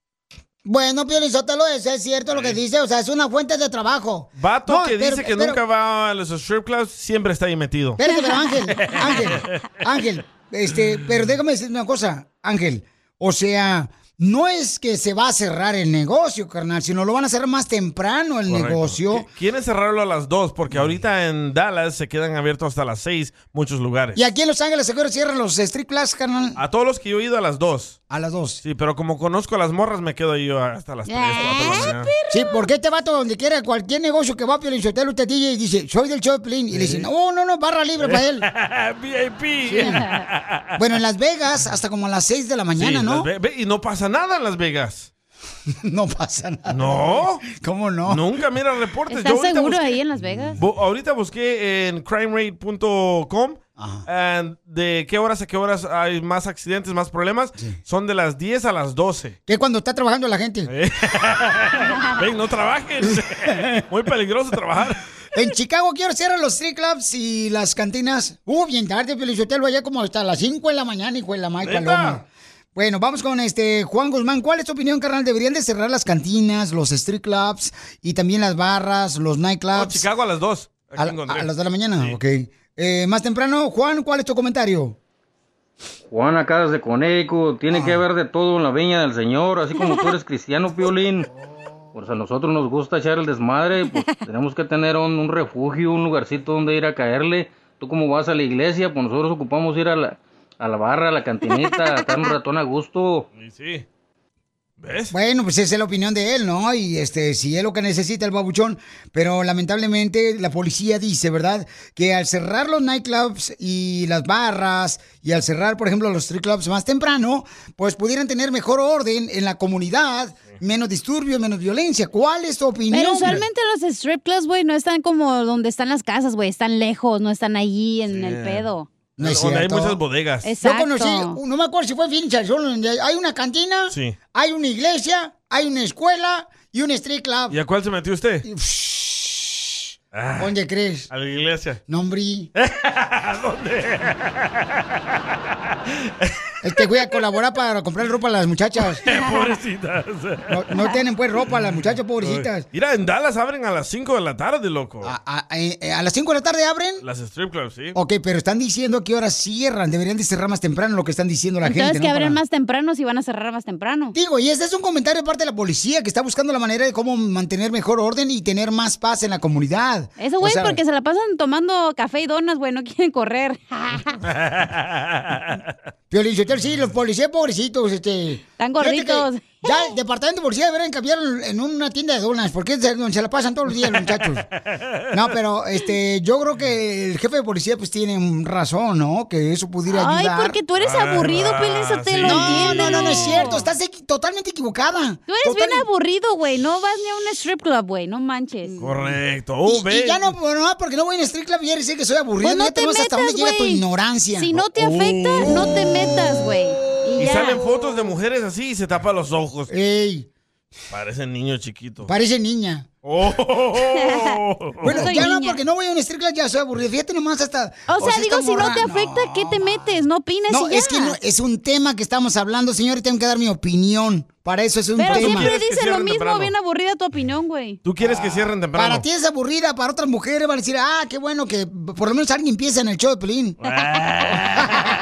S3: Bueno, Piolín Sotelo, es, es cierto lo que dice, o sea, es una fuente de trabajo.
S5: Vato
S3: No,
S5: que
S3: pero-
S5: dice que
S3: pero-
S5: nunca va a los strip clubs, siempre está ahí metido.
S3: Espérate, pero Ángel, Ángel, Ángel, este, pero déjame decirte una cosa, Ángel. O sea, no es que se va a cerrar el negocio, carnal, sino lo van a cerrar más temprano el
S5: Correcto.
S3: negocio.
S5: Quieren cerrarlo a las 2 porque ahorita en Dallas se quedan abiertos hasta las 6 muchos lugares.
S3: Y aquí en Los Ángeles seguro cierran los strip clubs, carnal.
S5: A todos los que yo he ido a las 2.
S3: A las 2.
S5: Sí, pero como conozco a las morras me quedo yo hasta las 3.
S3: Ah, Sí, porque este vato donde quiera, cualquier negocio que va a Piolín Sotelo, usted DJ y dice, soy del show de Piolín", Y le dicen, no, no, no, barra libre para él.
S5: VIP.
S3: Bueno, en Las Vegas hasta como a las 6 de la mañana,
S5: Sí,
S3: ¿no?
S5: Las Ve- ve- y no pasa nada en Las Vegas.
S3: no pasa nada.
S5: No.
S3: ¿Cómo no?
S5: Nunca mira reportes. Yo
S6: ¿Estás
S5: ahorita
S6: seguro
S5: busqué-
S6: ahí en Las Vegas?
S5: bu- ahorita busqué en crimerate.com and de qué horas a qué horas hay más accidentes, más problemas. Son de las 10 a las 12.
S3: Que cuando está trabajando la gente.
S5: Ven, no trabajen. Muy peligroso trabajar.
S3: En Chicago quiero cerrar los street clubs y las cantinas. Uh, bien tarde, Pelichotelo, allá como hasta las 5 de la mañana, hijo de la Mike
S5: ¿Neta?
S3: Paloma. Bueno, vamos con este Juan Guzmán. ¿Cuál es tu opinión, carnal? ¿Deberían de cerrar las cantinas, los street clubs y también las barras, los
S5: No,
S3: nightclubs?
S5: Chicago a las 2. Aquí
S3: a,
S5: encontré.
S3: a las de la mañana, ok. Eh, más temprano, Juan, ¿cuál es tu comentario?
S27: Juan, acá desde Coneco, tiene que haber de todo en la viña del Señor, así como tú eres cristiano, Piolín. Pues a nosotros nos gusta echar el desmadre, pues tenemos que tener un, un refugio, un lugarcito donde ir a caerle. Tú como vas a la iglesia, pues nosotros ocupamos ir a la, a la barra, a la cantinita, a estar un ratón a gusto.
S5: Sí.
S3: Bueno, pues esa es la opinión de él, ¿no? Y este, si es lo que necesita el babuchón. Pero lamentablemente la policía dice, ¿verdad? Que al cerrar los nightclubs y las barras, y al cerrar, por ejemplo, los street clubs más temprano, pues pudieran tener mejor orden en la comunidad, menos disturbios, menos violencia. ¿Cuál es tu opinión?
S6: Pero usualmente los strip clubs, güey, no están como donde están las casas, güey. Están lejos, no están allí en el pedo.
S3: No es
S5: Donde hay
S3: cierto.
S5: muchas bodegas.
S3: Yo
S6: Exacto.
S3: conocí, no me acuerdo si fue en solo donde hay una cantina,
S5: Sí.
S3: hay una iglesia, hay una escuela y un street club.
S5: ¿Y a cuál se metió usted? Ah,
S3: ¿Dónde crees?
S5: A la iglesia.
S3: Nombre.
S5: ¿Dónde?
S3: Este voy a colaborar para comprar ropa a las muchachas.
S5: Pobrecitas.
S3: No, no tienen pues ropa las muchachas pobrecitas.
S5: Mira, en Dallas abren a las 5 de la tarde, loco.
S3: A, eh, eh, a las 5 de la tarde abren.
S5: Las strip clubs, sí.
S3: Ok, pero están diciendo a qué horas cierran. Deberían de cerrar más temprano lo que están diciendo la
S6: Entonces
S3: gente.
S6: que
S3: ¿no?
S6: abren
S3: Para-
S6: más temprano si van a cerrar más temprano.
S3: Digo, y este es un comentario de parte de la policía que está buscando la manera de cómo mantener mejor orden y tener más paz en la comunidad.
S6: Eso, güey,
S3: O sea,
S6: porque se la pasan tomando café y donas, güey, no quieren correr.
S3: Piolín Sotelo, sí, los policías pobrecitos, este... Están
S6: gorditos.
S3: Ya el departamento de policía deberían cambiar en una tienda de donas, porque es donde se la pasan todos los días los muchachos. No, pero este, yo creo que el jefe de policía pues tiene un razón, ¿no? Que eso pudiera
S6: Ay,
S3: ayudar.
S6: porque tú eres aburrido, Piolín
S3: Pelín
S6: Sotelo,
S3: No, no, no, no es
S6: entiéndelo.
S3: cierto. Estás totalmente equivocada.
S6: Tú eres bien aburrido, güey. No vas ni a un strip club, güey. No manches.
S5: Correcto. Oh,
S3: Mm. Y-
S5: ve.
S3: Y ya no, no, porque no voy en strip club y ya decir que soy aburrido.
S6: Pues no
S3: ya
S6: te
S3: te ves hasta dónde
S6: metas,
S3: llega tu
S6: güey.
S3: ignorancia. Oh.
S6: Si no te afecta, no te metas, güey. Y
S5: Y
S6: ya.
S5: salen fotos de mujeres así y se tapa los ojos. Parecen niños chiquitos.
S3: Parece niña. bueno,
S6: Soy
S3: ya no,
S6: niña.
S3: porque no voy a un strip club, ya soy aburrido. Fíjate nomás hasta.
S6: O sea, digo,
S3: esta
S6: si no
S3: morra-
S6: te afecta, ¿qué te metes? No opinas
S3: No,
S6: y ya.
S3: es que no, es un tema que estamos hablando, señor, y tengo que dar mi opinión. Para eso es un
S6: Pero
S3: tema.
S6: siempre dice lo mismo, bien aburrida tu opinión, güey.
S5: ¿Tú quieres que cierren temprano?
S3: Ah, Para ti es aburrida, para otras mujeres van a decir, ah, qué bueno que por lo menos alguien piensa en el show de Pelín.
S5: Ah,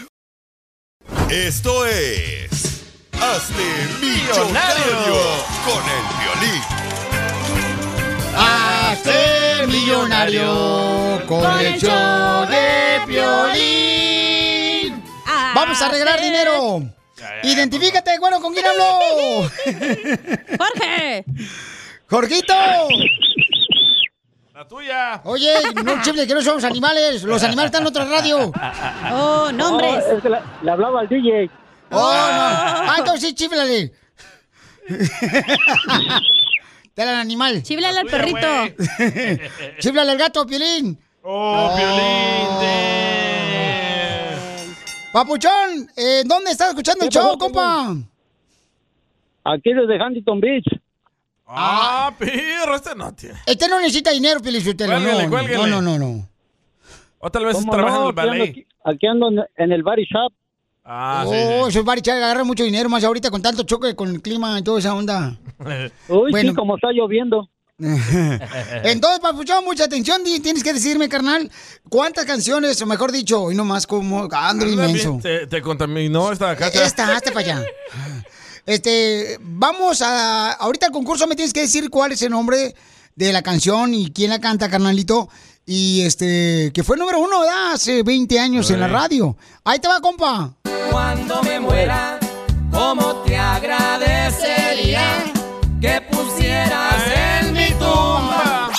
S7: Esto es. Hazte
S11: Millonario.
S7: millonario con el violín.
S3: Hazte millonario con el show de Piolín. Vamos a arreglar dinero. Identifícate, bueno, ¿con quién hablo?
S6: Jorge.
S3: Jorgito.
S5: La tuya.
S3: Oye, no chifle, que no somos animales. Los animales están en otra radio.
S6: Oh, nombres.
S3: es que le hablaba al DJ. Oh, no. Ah, entonces sí, chiflale. Dale al animal.
S6: Chíblale al
S11: perrito.
S3: Chíblale al gato, Piolín.
S5: Eh, Oh, Piolín. eh!
S3: Papuchón, eh, ¿dónde estás escuchando el
S2: ¿Qué pasó,
S3: show, compa?
S2: Aquí desde Huntington Beach.
S5: Ah, pirro, este no tiene.
S3: Este no necesita dinero, Piolín Sotelo,
S5: Cuélguele,
S3: no,
S5: cuélguele.
S3: no, no, no, no.
S5: O tal vez
S2: ¿Cómo
S5: trabaja
S2: no?
S5: en el ballet.
S2: Aquí ando, aquí- aquí ando en- en el body shop.
S5: Ah, sí,
S3: oh,
S5: sí.
S3: esos barichas agarran mucho dinero, más ahorita con tanto choque con el clima y toda esa onda.
S2: Uy,
S3: Bueno.
S2: sí, como está lloviendo.
S11: Eh.
S3: Entonces, Papuchón, mucha atención, di- tienes que decirme, carnal, cuántas canciones, o mejor dicho, hoy nomás como ando inmenso.
S5: Te, te contaminó esta cacha.
S3: Esta, hazte para allá. Este, vamos a. Ahorita al concurso me tienes que decir cuál es el nombre de la canción y quién la canta, carnalito. Y este, que fue número uno, ¿verdad? Hace 20 años en la
S11: Ey.
S3: radio. Ahí te va, compa.
S11: Cuando me muera, ¿cómo te agradecería que pusieras en mi tumba?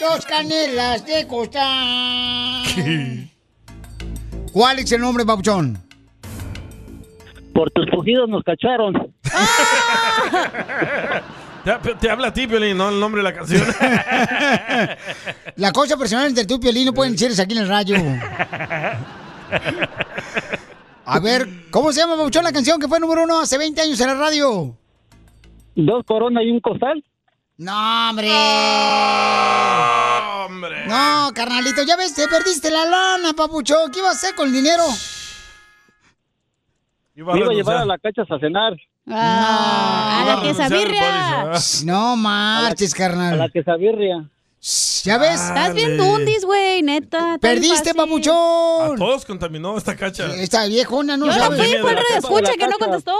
S3: Dos canelas de costa. ¿Cuál es el nombre, Papuchón?
S2: Por tus pujidos nos cacharon.
S5: Te, te habla a ti, Piolín, no el nombre de la canción.
S3: La cosa personal entre tú y Piolín no pueden decirse aquí en el rayo. A ver, ¿cómo se llama, Papuchón, la canción que fue número uno hace 20 años en la radio?
S2: Dos coronas y un costal.
S3: No, hombre. No, carnalito, ya ves, te perdiste la lana, papuchón. ¿Qué iba a hacer con el dinero?
S2: Me iba a llevar a la cachas a cenar.
S3: Ah,
S2: a la quesabirria.
S3: No marches, carnal. A la
S2: quesabirria.
S3: ¿Ya ves?
S6: Estás bien tundis, güey, neta. tan
S3: Perdiste,
S6: fácil.
S5: A
S3: papuchón.
S5: todos contaminó esta cacha.
S3: Esta viejona no
S6: Yo no
S3: sabe.
S6: fui, fue el radio escucha que no contestó.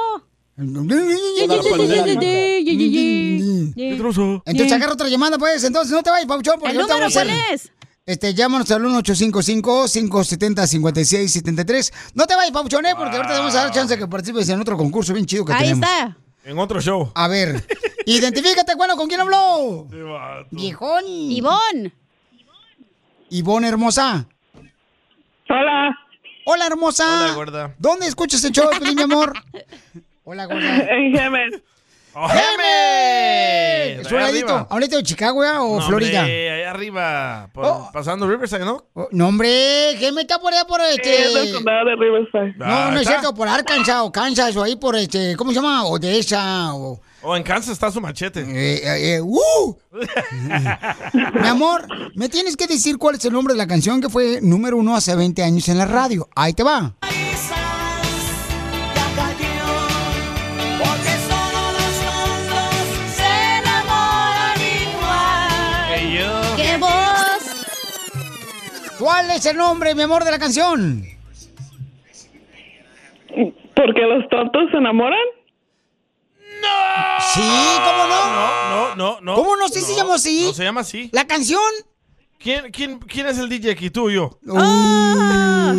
S3: Entonces agarra otra llamada, pues. Entonces no te vayas, papuchón. porque
S6: ¿El
S3: ahorita
S6: número
S3: vamos a
S6: cuál
S3: hacer-
S6: es?
S3: Este, llámanos al 1-855-570-5673. No te vayas, papuchón, eh, porque ahorita te vamos a dar chance de que participes en otro concurso bien chido que
S6: Ahí
S3: tenemos.
S6: está.
S5: En otro show.
S3: A ver, identifícate, bueno, ¿con quién habló? Viejón.
S6: Ivón.
S3: Ivón hermosa.
S4: Hola.
S3: Hola, hermosa.
S5: Hola, gorda.
S3: ¿Dónde escuchas el show, de Piolín, mi amor? Hola, gorda.
S4: En Gemes.
S3: ¡Gemes! ¿Es un
S5: Allá
S3: ladito?
S5: arriba.
S3: ¿A un ladito de Chicago ya, o
S5: No,
S3: Oh, Florida? Oh.
S5: hombre, allá arriba. por- Pasando Riverside, ¿no?
S3: No, hombre, Gemes está por allá por este...
S4: de Riverside.
S5: Ah,
S3: No, no es cierto, por Arkansas o Kansas o ahí por este, ¿cómo se llama? Odessa o...
S5: O en Kansas está su machete.
S3: eh, eh, ¡uh! Mi amor, me tienes que decir cuál es el nombre de la canción que fue número uno hace 20 años en la radio. Ahí te va.
S11: Ya cayó, porque solo los tontos se enamoran igual.
S5: Que yo.
S6: ¡Qué voz!
S3: ¿Cuál es el nombre, mi amor, de la canción?
S4: Porque los tontos se enamoran.
S3: Sí,
S16: Ah.
S3: ¿cómo no?
S5: Ah, No, no, no. no.
S3: ¿Cómo no? Sí se llama así.
S5: No se llama así.
S3: ¿La canción? Uh.
S5: ¿Quién, quién, quién es el DJ aquí? ¿Tú o yo? Ah.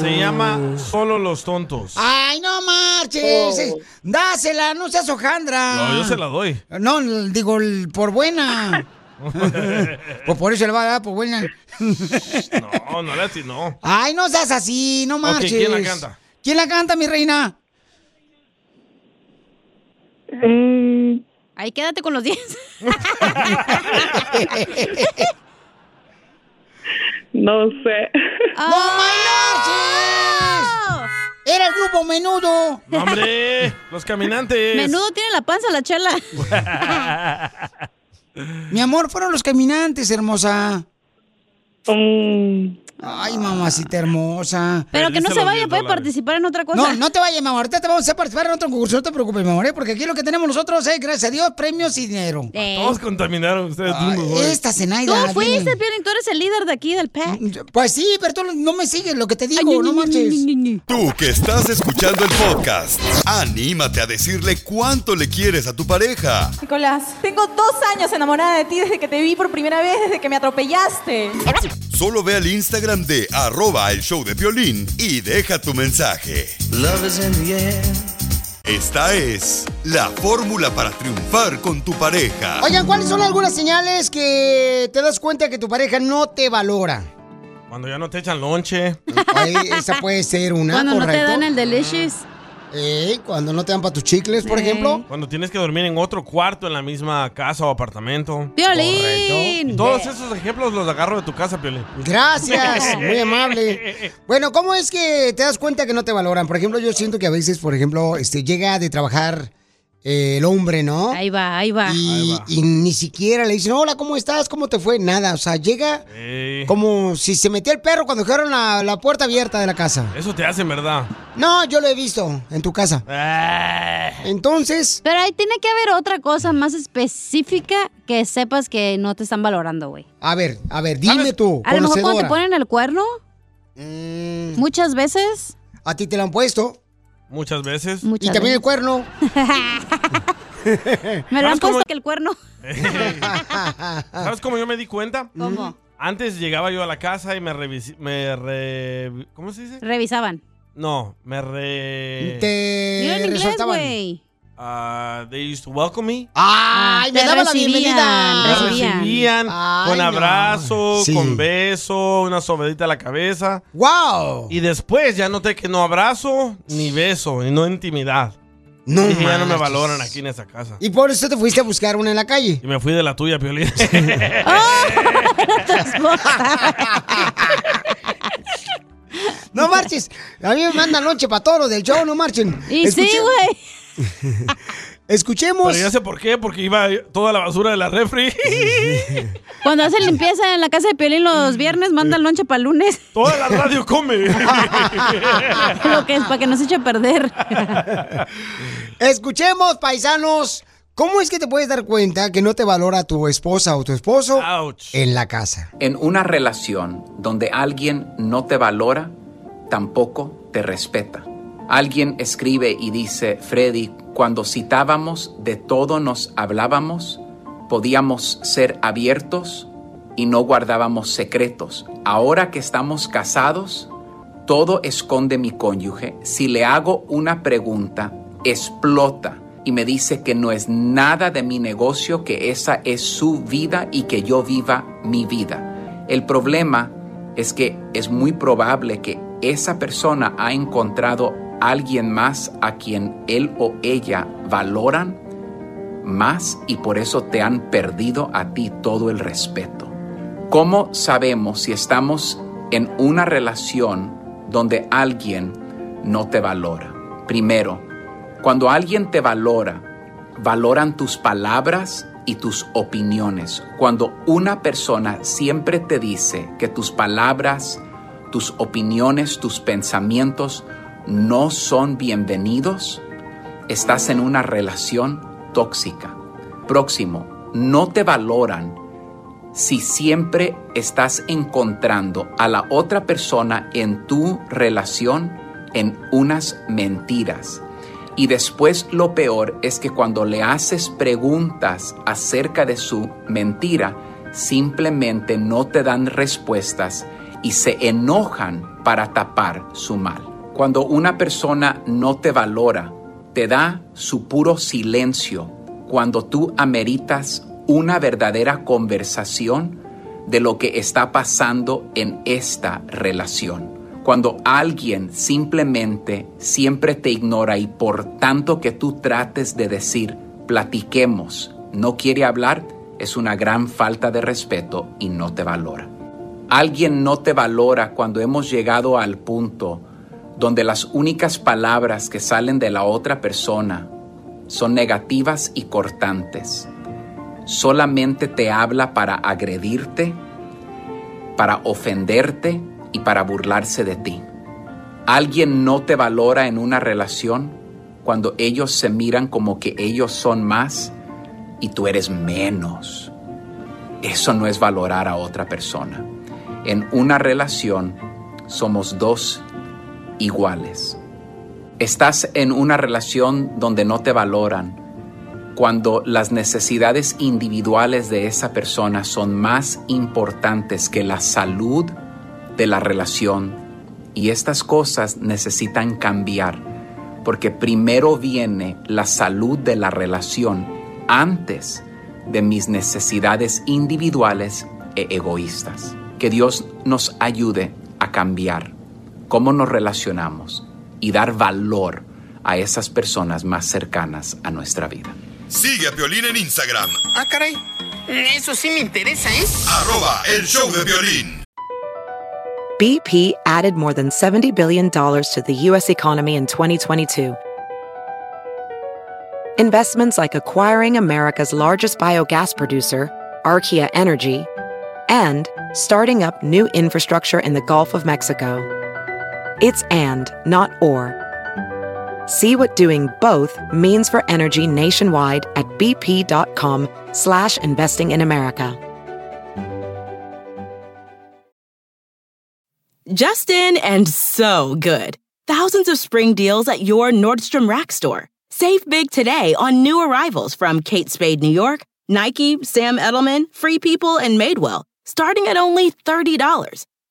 S5: Se llama Solo los Tontos.
S3: ¡Ay, no marches!
S5: Oh.
S3: ¡Dásela, no seas hojandra!
S5: No, yo se la doy.
S3: No, l- digo, l- por buena. pues por eso le va a dar por buena.
S5: No, no Leti, no.
S3: ¡Ay, no seas así! ¡No
S5: Ok,
S3: marches!
S5: ¿quién la canta?
S3: ¿Quién la canta, mi reina?
S6: Ahí quédate con los 10.
S4: No sé.
S6: Ah.
S3: ¡No marches! ¡Era el grupo Menudo!
S5: No, hombre, los caminantes.
S6: Menudo tiene la panza la chela.
S3: Mi amor, fueron los caminantes, hermosa. Ay, mamacita hermosa.
S6: Pero que no se vaya, puede participar en otra cosa.
S3: No, no te vayas, mi amor. Ahorita te vamos a hacer participar en otro concurso. No te preocupes, mi amor, ¿eh? porque aquí lo que tenemos nosotros es, gracias a Dios, premios y dinero.
S5: Todos contaminaron ustedes mismos. güey.
S3: Esta
S6: Eh. Tú
S3: Zenaida.
S6: fuiste,
S3: viene.
S6: Este, Piolín, tú eres el líder de aquí del E PAC.
S3: Pues sí, pero tú no me sigues lo que te digo, no marches.
S7: Tú que estás escuchando el podcast, anímate a decirle cuánto le quieres a tu pareja.
S10: Nicolás, tengo dos años enamorada de ti desde que te vi por primera vez, desde que me atropellaste.
S7: Solo ve al Instagram de arroba el show de violín y deja tu mensaje. Esta es la fórmula para triunfar con tu pareja.
S3: Oigan, ¿cuáles son algunas señales que te das cuenta que tu pareja no te valora?
S5: Cuando ya no te echan lonche.
S3: Ay, esa puede ser una,
S6: Cuando no te
S3: correcto.
S6: dan el delicious.
S3: Eh, cuando no te dan para tus chicles, por ejemplo.
S5: Cuando tienes que dormir en otro cuarto en la misma casa o apartamento. Correcto.
S6: Piolín.
S5: Todos esos ejemplos los agarro de tu casa, Piolín.
S3: Gracias, muy amable. Bueno, ¿cómo es que te das cuenta que no te valoran? Por ejemplo, yo siento que a veces, por ejemplo, este, llega de trabajar eh, el hombre, ¿no?
S6: Ahí va, ahí va.
S3: Y, y ni siquiera le dicen, hola, ¿cómo estás? ¿Cómo te fue? Nada, o sea, llega como si se metía el perro cuando dejaron la, la puerta abierta de la casa.
S5: Eso te hacen, ¿verdad?
S3: No, yo lo he visto en tu casa. Entonces.
S6: Pero ahí tiene que haber otra cosa más específica que sepas que no te están valorando, güey.
S3: A ver, a ver, dime tú,
S6: A lo mejor cuando te
S3: conocedora. Mm,
S6: ponen el cuerno, muchas veces.
S3: A ti te lo han puesto.
S5: Muchas veces.
S3: Y también el cuerno.
S6: Me lo
S5: ¿Sabes
S6: han
S5: cómo-
S6: puesto que el cuerno.
S5: ¿Sabes cómo yo me di cuenta?
S6: ¿Cómo?
S5: Antes llegaba yo a la casa y me revisé. Me re- ¿Cómo se dice?
S6: Revisaban.
S5: No, me re.
S3: Te
S6: Mira en inglés, resaltaban. güey. Ah,
S5: Ah, they used to welcome me.
S3: ¡Ay, me
S6: Te
S3: daba la
S6: recibían,
S3: bienvenida!
S5: Me
S16: Ah,
S5: recibían
S3: Ay,
S5: con
S3: no.
S5: abrazo,
S3: Sí.
S5: con beso, una sobadita a la cabeza.
S3: ¡Wow!
S5: Y después ya noté que no abrazo, ni beso, y no intimidad.
S3: No
S5: Dije, ya no me
S3: manches.
S5: valoran aquí en esa casa.
S3: Y por eso te fuiste a buscar una en la calle.
S5: Y me fui de la tuya, Piolín.
S3: No marches. A mí me mandan lonche para todos los del show, no marchen.
S6: Y sí,
S3: Escuche-
S6: güey.
S3: Escuchemos.
S5: Pero ya sé por qué, porque iba toda la basura de la refri.
S6: Cuando hacen limpieza en la casa de Piolín los viernes, mandan lonche para el lunes.
S5: Toda la radio come.
S3: Ah,
S6: Lo que es para que no se eche a perder.
S3: Escuchemos, paisanos. ¿Cómo es que te puedes dar cuenta que no te valora tu esposa o tu esposo en la casa?
S12: En una relación donde alguien no te valora, tampoco te respeta. Alguien escribe y dice, Freddy, cuando citábamos de todo nos hablábamos, podíamos ser abiertos, y no guardábamos secretos. Ahora que estamos casados, todo esconde mi cónyuge. Si le hago una pregunta, explota y me dice que no es nada de mi negocio, que esa es su vida y que yo viva mi vida. El problema es que es muy probable que esa persona ha encontrado alguien más a quien él o ella valoran más y por eso te han perdido a ti todo el respeto. ¿Cómo sabemos si estamos en una relación donde alguien no te valora? Primero, cuando alguien te valora, valoran tus palabras y tus opiniones. Cuando una persona siempre te dice que tus palabras, tus opiniones, tus pensamientos no son bienvenidos, estás en una relación tóxica. Próximo, no te valoran si siempre estás encontrando a la otra persona en tu relación en unas mentiras. Y después lo peor es que cuando le haces preguntas acerca de su mentira, simplemente no te dan respuestas y se enojan para tapar su mal. Cuando una persona no te valora, te da su puro silencio cuando tú ameritas una verdadera conversación de lo que está pasando en esta relación cuando alguien simplemente siempre te ignora y por tanto que tú trates de decir platiquemos, no quiere hablar, es una gran falta de respeto y no te valora. Alguien no te valora cuando hemos llegado al punto donde las únicas palabras que salen de la otra persona son negativas y cortantes. Solamente te habla para agredirte, para ofenderte, y para burlarse de ti. Alguien no te valora en una relación cuando ellos se miran como que ellos son más y tú eres menos. Eso no es valorar a otra persona. En una relación somos dos iguales. Estás en una relación donde no te valoran cuando las necesidades individuales de esa persona son más importantes que la salud de la relación. Y estas cosas necesitan cambiar, porque primero viene la salud de la relación antes de mis necesidades individuales e egoístas. Que Dios nos ayude a cambiar cómo nos relacionamos y dar valor a esas personas más cercanas a nuestra vida.
S7: Sigue a Violín en Instagram.
S13: Ah, caray. Eso sí me interesa, ¿eh?
S7: Arroba el show de violín.
S1: BP added more than $70 billion to the U.S. economy in 2022. Investments like acquiring America's largest biogas producer, Arkea Energy, and starting up new infrastructure in the Gulf of Mexico. It's and, not or. See what doing both means for energy nationwide at bp.com slash investing in America.
S28: Justin and so good. Thousands of spring deals at your Nordstrom Rack store. Save big today on new arrivals from Kate Spade New York, Nike, Sam Edelman, Free People, and Madewell, starting at only $30.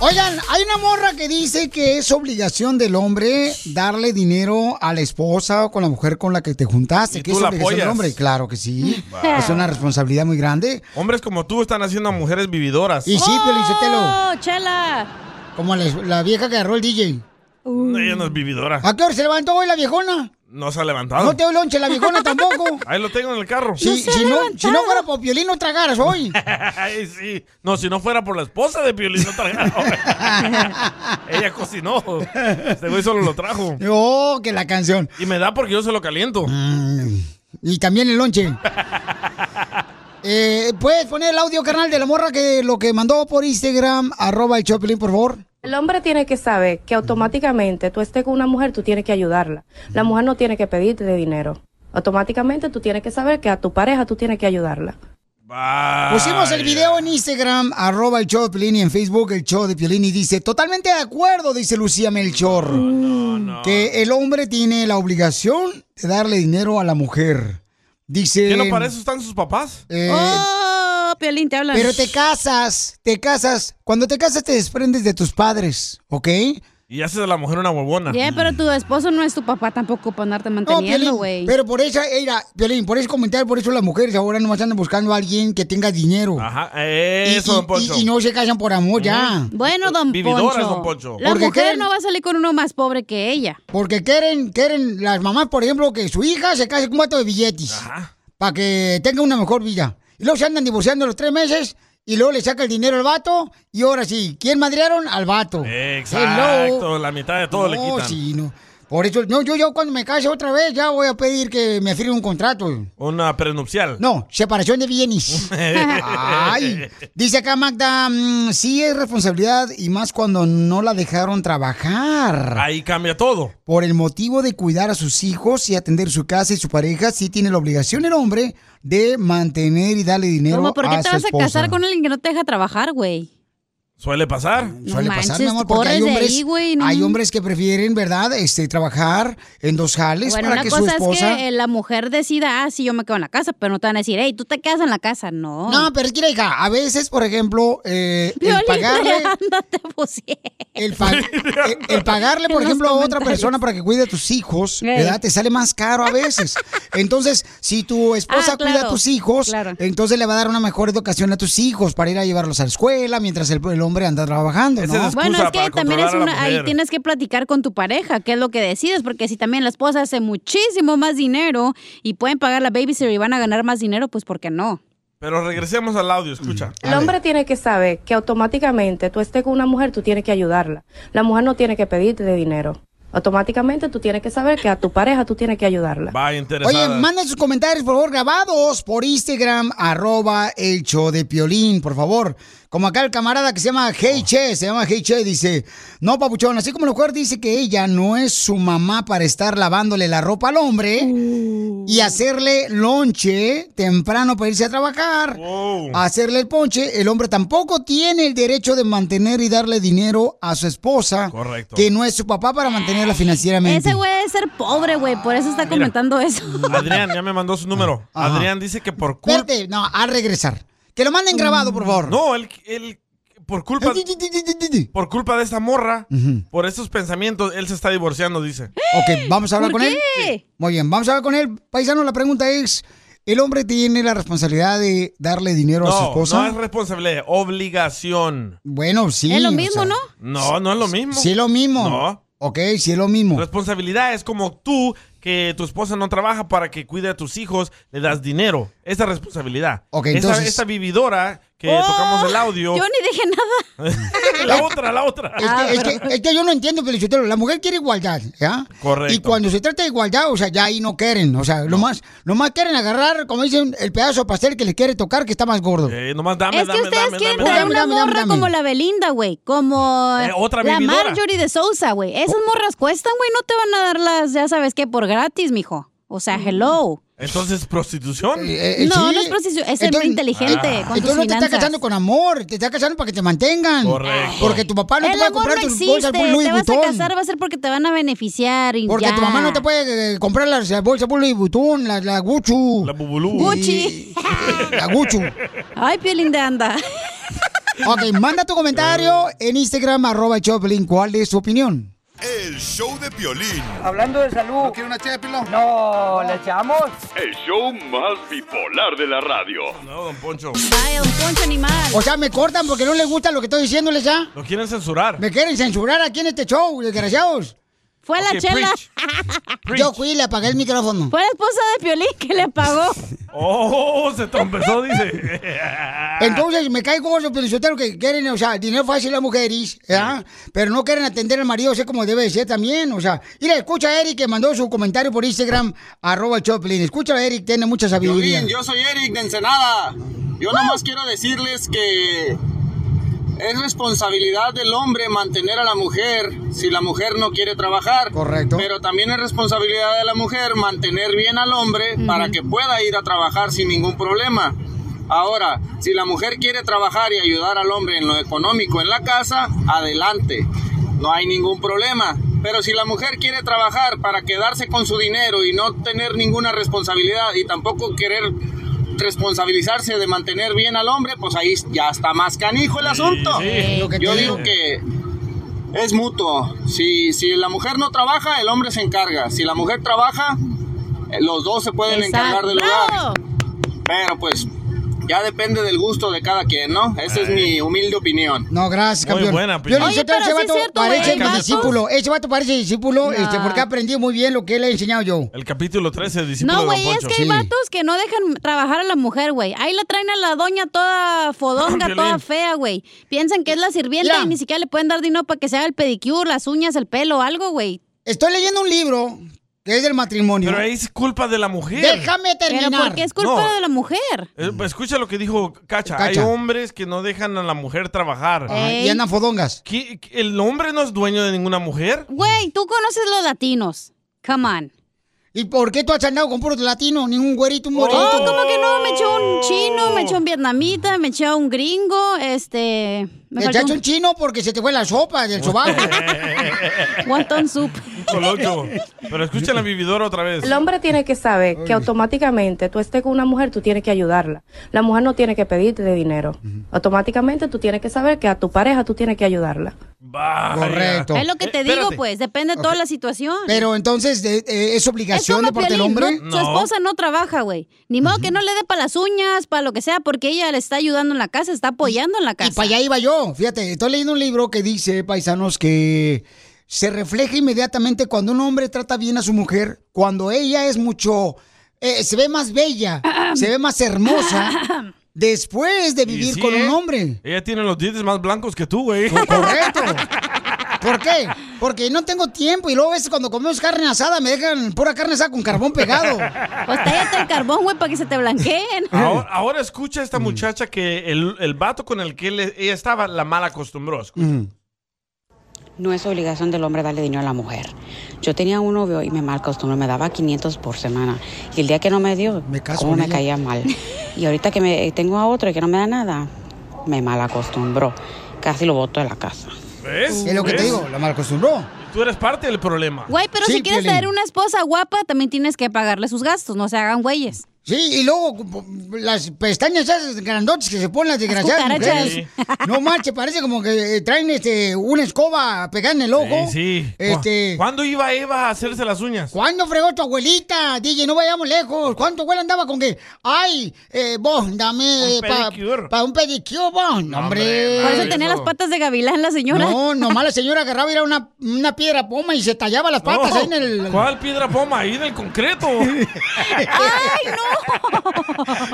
S3: Oigan, hay una morra que dice que es obligación del hombre darle dinero a la esposa o con la mujer con la que te juntaste.
S5: ¿Y
S3: que
S5: tú
S3: es
S5: la
S3: obligación del
S5: apoyas?
S3: hombre, claro que sí.
S5: Wow.
S3: Es una responsabilidad muy grande.
S5: Hombres como tú están haciendo a mujeres vividoras.
S3: Y sí, Pelichotelo.
S6: ¡Oh, chela! Uh.
S3: Como la, la vieja que agarró el DJ.
S5: No, ella no es Ah. vividora.
S3: ¿A qué hora se levantó hoy la viejona?
S5: No se ha levantado.
S3: Ah. No te doy lonche la viejona tampoco.
S5: Ahí lo tengo en el carro.
S3: Si, si no, si no fuera por Piolín, no tragaras hoy.
S5: Ay, sí. No, si no fuera por la esposa de Piolín, no trajera. Ella cocinó. Este güey solo lo trajo.
S3: Oh, que la canción.
S5: Y me da porque yo se lo caliento.
S3: Y también el lonche. Eh, ¿Puedes poner el audio, carnal, de la morra que lo que mandó por Instagram, arroba el Choplin, por favor?
S29: El hombre tiene que saber que automáticamente tú estés con una mujer, tú tienes que ayudarla. La mujer no tiene que pedirte de dinero. Automáticamente tú tienes que saber que a tu pareja tú tienes que ayudarla.
S3: Pusimos el video en Instagram, arroba el show de Piolín y en Facebook el show de Piolín y dice, totalmente de acuerdo, dice Lucía Melchor, que el hombre tiene la obligación de darle dinero a la mujer. Dice...
S5: ¿Qué no para eso están sus papás?
S3: eh,
S6: Oh, Piolín, te hablan.
S3: Pero te casas, te casas. Cuando te casas te desprendes de tus padres, ¿ok?
S5: Y haces de la mujer una huevona.
S6: Yeah, pero tu esposo no es tu papá tampoco para andarte
S3: No, Piolín,
S6: manteniendo, güey.
S3: pero por eso, era, Piolín, por eso comentar, por eso las mujeres ahora nomás andan buscando a alguien que tenga dinero.
S5: Ajá, eso,
S3: Y-
S5: don Poncho.
S3: Y, y no se casan por amor ya.
S6: Bueno, don
S5: Vividoras,
S6: Poncho.
S5: don Poncho.
S6: La
S3: Porque
S6: mujer
S3: quieren-
S6: no va a salir con uno más pobre que ella.
S3: Porque quieren, quieren las mamás, por ejemplo, que su hija se case con un vato de billetes. Para que tenga una mejor vida. Y luego se andan divorciando a los tres meses y luego le saca el dinero al vato. Y ahora sí, ¿quién madrearon? Al vato.
S5: Exacto,
S3: Hello.
S5: la mitad de todo le
S3: No,
S5: quitan.
S3: sí, no. Por eso, no, yo, yo cuando me case otra vez ya voy a pedir que me firme un contrato.
S5: Una prenupcial.
S3: No, separación de bienes. Ay. Dice acá Magda, mm, sí es responsabilidad y más cuando no la dejaron trabajar.
S5: Ahí cambia todo.
S3: Por el motivo de cuidar a sus hijos y atender su casa y su pareja, sí tiene la obligación el hombre de mantener y darle dinero
S6: ¿Cómo? ¿Por qué
S3: a
S6: te
S3: su
S6: vas a
S3: esposa.
S6: casar con alguien que no te deja trabajar, güey?
S5: Suele pasar.
S6: No
S3: Suele pasar, mi
S6: manches,
S3: amor, porque hay
S6: corres de
S3: hombres,
S6: ahí, güey, no.
S3: hay hombres que prefieren, ¿verdad? Este, trabajar en dos jales
S6: Bueno,
S3: para
S6: una
S3: que su
S6: cosa
S3: esposa...
S6: es que eh, la mujer decida, ah, sí, yo me quedo en la casa, pero no te van a decir, hey, tú te quedas en la casa. No.
S3: No, pero es que, mira, hija, a veces, por ejemplo, eh, el
S6: Violín,
S3: pagarle...
S6: pues,
S3: El, pa- el- el pagarle, por
S6: En los
S3: ejemplo, a otra
S6: comentarios.
S3: persona para que cuide a tus hijos, ¿verdad? Te sale más caro a veces. Entonces, si tu esposa
S6: Ah, claro,
S3: cuida a tus hijos,
S6: claro.
S3: entonces le va a dar una mejor educación a tus hijos para ir a llevarlos a la escuela mientras el, el hombre anda trabajando, ¿no?
S6: Bueno, es que también es una, ahí tienes que platicar con tu pareja, qué es lo que decides, porque si también la esposa hace muchísimo más dinero y pueden pagar la babysitter y van a ganar más dinero, pues ¿por qué no?
S5: Pero regresemos al audio, escucha.
S3: Mm.
S29: El hombre tiene que saber que automáticamente tú estés con una mujer, tú tienes que ayudarla. La mujer no tiene que pedirte de dinero. Automáticamente tú tienes que saber que a tu pareja tú tienes que ayudarla.
S5: Va interesada.
S3: Oye, manden sus comentarios, por favor, grabados por Instagram, arroba el show de Piolín, por favor. Como acá el camarada que se llama
S6: Oh.
S3: Hey Che, se llama Hey Che, dice, no, papuchón, así como la mujer dice que ella no es su mamá para estar lavándole la ropa al hombre
S6: Uh.
S3: y hacerle lonche temprano para irse a trabajar, hacerle el ponche, el hombre tampoco tiene el derecho de mantener y darle dinero a su esposa,
S5: Correcto.
S3: que no es su papá para mantenerla financieramente.
S6: Ese güey debe ser pobre, güey, por eso está comentando eso.
S5: Adrián ya me mandó su número.
S3: Ajá.
S5: Adrián dice que por culpa.
S3: Espérate, no, al regresar. Que lo manden grabado, por favor.
S5: No, él, él por culpa. por culpa de esta morra,
S3: Ujú.
S5: por esos pensamientos, él se está divorciando, dice.
S3: Ok, vamos a hablar
S5: ¿Por
S3: con él.
S5: qué?
S3: Muy bien, vamos a hablar con él. Paisano, la pregunta es, ¿el hombre tiene la responsabilidad de darle dinero a su
S5: No,
S3: esposa?
S5: no es responsabilidad, obligación.
S3: Bueno, sí.
S5: Es lo
S3: o
S5: mismo,
S3: sea,
S5: ¿no? No, no es lo
S3: sí-
S5: mismo.
S3: Sí es lo mismo.
S5: No.
S3: Ok, sí es lo mismo.
S5: Responsabilidad es como tú, que tu esposa no trabaja para que cuide a tus hijos, le das dinero. Esa es responsabilidad.
S3: Ok,
S5: Esa-
S3: entonces-
S5: Esa vividora que
S3: Oh,
S5: tocamos el audio.
S6: Yo ni dije nada.
S5: La otra, la otra.
S3: Es que, es
S6: Ah.
S3: que- es que yo no entiendo, Felicitero. La mujer quiere igualdad, ¿ya?
S5: Correcto.
S3: Y cuando se trata de igualdad, o sea, ya ahí no quieren. O sea, lo más, lo más quieren agarrar, como dicen, el pedazo de pastel que les quiere tocar, que está más gordo.
S5: Eh, nomás dame,
S6: es que
S5: dame,
S6: ustedes
S5: dame,
S6: quieren
S5: dame,
S6: traer
S5: dame,
S6: una
S5: dame,
S6: morra
S5: dame.
S6: como la Belinda, güey, como
S5: Eh, otra
S6: la
S5: vividora.
S6: Marjorie de Sousa, güey.
S3: Oh.
S6: Esas morras cuestan, güey, no te van a dar las, ya sabes qué, por gratis, mijo. O
S3: Mm.
S6: sea, hello.
S5: Entonces, prostitución.
S6: eh, No, sí. no es prostitución, es ser
S3: Entonces-
S6: inteligente
S5: Ah.
S6: con tus
S3: Entonces no te estás
S6: finanzas.
S3: casando con amor, te estás casando para que te mantengan.
S5: Correcto.
S3: Porque tu papá no
S6: el
S3: te puede
S6: amor
S3: comprar
S6: no
S3: tus
S6: existe.
S3: bolsas por Louis
S6: te vas a
S3: Vuitton.
S6: casar va a ser porque te van a beneficiar y
S3: Porque
S6: ya.
S3: tu mamá no te puede eh, comprar las eh, bolsas por Louis Vuitton, la, la Gucci. La
S5: Bubulú.
S6: Gucci.
S3: La Gucci.
S6: Ay, Piolín de anda.
S3: Ok, manda tu comentario en Instagram, arroba el Choplin. ¿Cuál es tu opinión?
S7: El show de Piolín.
S8: Hablando de salud. ¿No quiere una ché de pilón? No, ¿le echamos?
S9: El show más bipolar de la radio.
S5: No, don Poncho.
S6: Poncho animal.
S3: O sea, me cortan porque no les gusta lo que estoy diciéndoles ya.
S5: Lo quieren censurar.
S3: Me quieren censurar aquí en este show, desgraciados.
S6: Fue la
S3: Ok,
S6: chela.
S3: Yo fui y le apagué el micrófono.
S6: Fue la esposa de Piolín que le pagó.
S5: Oh, se trompezó, dice.
S16: Ah.
S3: Entonces me cae gordo, pero que quieren, o sea, dinero fácil a las mujeres, ¿ya? pero no quieren atender al marido, sé como debe de ser también, o sea. Mira, escucha a Eric que mandó su comentario por Instagram, arroba Choplin. Escucha a Eric, tiene mucha sabiduría.
S16: Piolín, yo soy Eric de Ensenada. Yo nomás quiero decirles que Es responsabilidad del hombre mantener a la mujer si la mujer no quiere trabajar.
S3: Correcto.
S16: Pero también es responsabilidad de la mujer mantener bien al hombre para que pueda ir a trabajar sin ningún problema. Ahora, si la mujer quiere trabajar y ayudar al hombre en lo económico en la casa, adelante. No hay ningún problema. Pero si la mujer quiere trabajar para quedarse con su dinero y no tener ninguna responsabilidad y tampoco querer responsabilizarse de mantener bien al hombre, pues ahí ya está más canijo el asunto.
S3: sí. Lo que te
S16: Yo
S3: digo.
S16: digo que es mutuo. Si, si la mujer no trabaja, el hombre se encarga. Si la mujer trabaja, eh, los dos se pueden encargar del hogar. Pero pues ya depende del gusto de cada quien, ¿no? Esa es mi humilde opinión.
S3: Eh. No, gracias,
S16: Muy
S3: campeón.
S16: buena,
S3: Piolín
S16: Oye, pero
S3: Sotelo, ese
S16: sí es
S3: vato
S16: cierto,
S3: parece
S16: güey,
S3: mi
S16: el vato.
S3: discípulo. Ese vato parece discípulo este, porque ha aprendido muy bien lo que le he enseñado yo.
S5: El capítulo 13, discípulo
S6: No,
S5: de Don
S6: güey, es
S5: Poncho.
S6: que hay vatos que no dejan trabajar a la mujer, güey. Ahí la traen a la doña toda fodonga,
S5: Piolín.
S6: toda fea, güey. Piensan que es la sirvienta y ni siquiera le pueden dar dinero para que se haga el pedicure, las uñas, el pelo, algo, güey.
S3: Estoy leyendo un libro que es del matrimonio.
S5: Pero ahí es culpa de la mujer.
S6: Pero porque es culpa
S5: No,
S6: de la mujer.
S5: eh, Escucha lo que dijo Cacha. Hay
S3: Cacha.
S5: hombres que no dejan a la mujer trabajar.
S3: Ajá, Y andan fodongas.
S5: ¿Qué- qué- ¿El hombre no es dueño de ninguna mujer?
S6: Güey, tú conoces los latinos. Come on.
S3: ¿Y por qué tú has andado con puros latinos? Ningún güerito, un morito.
S6: Oh, ¿cómo que no? Me echó un chino, me echó un vietnamita, me echó un gringo, este... Me
S3: Te
S6: faltó
S3: echaste un chino porque se te fue la sopa del sobaco.
S6: Wonton soup.
S5: Colocho. Pero escucha la vividora otra vez.
S29: El hombre tiene que saber que automáticamente tú estés con una mujer, tú tienes que ayudarla. La mujer no tiene que pedirte de dinero. Automáticamente tú tienes que saber que a tu pareja tú tienes que ayudarla.
S3: Correcto.
S6: Es lo que te digo, pues, depende de toda la situación.
S3: Pero entonces, de- eh, ¿es obligación de
S6: Como
S3: parte del
S6: Piolín,
S3: hombre?
S6: no, Su esposa no trabaja, güey. Ni modo que no le dé para las uñas, para lo que sea, porque ella le está ayudando en la casa, está apoyando en la casa.
S3: Y para allá iba yo. Fíjate, estoy leyendo un libro que dice, paisanos, que se refleja inmediatamente cuando un hombre trata bien a su mujer, cuando ella es mucho, eh, se ve más bella, se ve más hermosa, después de
S5: Y
S3: vivir
S5: sí,
S3: con
S5: ¿eh?
S3: un hombre.
S5: Ella tiene los dientes más blancos que tú, güey.
S3: Correcto. ¿Por qué? Porque no tengo tiempo y luego a veces cuando comemos carne asada me dejan pura carne asada con carbón pegado.
S6: Pues tállate el carbón, güey, para que se te blanqueen.
S5: Ahora, ahora escucha a esta muchacha que el, el vato con el que él- ella estaba la mal acostumbró.
S15: No es obligación del hombre darle dinero a la mujer. Yo tenía un novio y me mal costumbre, me daba 500 por semana. Y el día que no me dio, cómo
S30: con
S15: me
S30: ella.
S15: caía mal. Y ahorita que me, tengo a otro y que no me da nada, me mal acostumbró. Casi lo boto de la casa.
S5: ¿Ves?
S15: Es lo que te
S5: ¿Ves?
S15: digo,
S3: la mal acostumbró.
S5: ¿Eh? Tú eres parte del problema.
S6: Güey, pero si quieres tener
S5: tener
S6: una esposa guapa, también tienes que pagarle sus gastos, no se hagan güeyes.
S3: Sí, y luego las pestañas esas grandotas pues, que se ponen las desgraciadas
S6: Las cucarachas.
S3: mujeres. No manches, parece como que eh, traen este una escoba pegada en el ojo.
S5: Sí, sí.
S3: Este,
S5: ¿Cuándo iba Eva a hacerse las uñas?
S3: ¿Cuándo fregó tu abuelita? DJ, no vayamos lejos. ¿Cuánto abuela andaba con que? Ay, eh, vos, dame
S6: Un
S3: para
S6: pedicure.
S3: un pedicure, vos. No, hombre.
S6: Por eso tenía las patas de gavilán la señora.
S3: No, nomás la señora agarraba era una, una piedra poma y se tallaba las patas
S5: No.
S3: ahí en el...
S5: ¿Cuál piedra poma? Ahí en el concreto.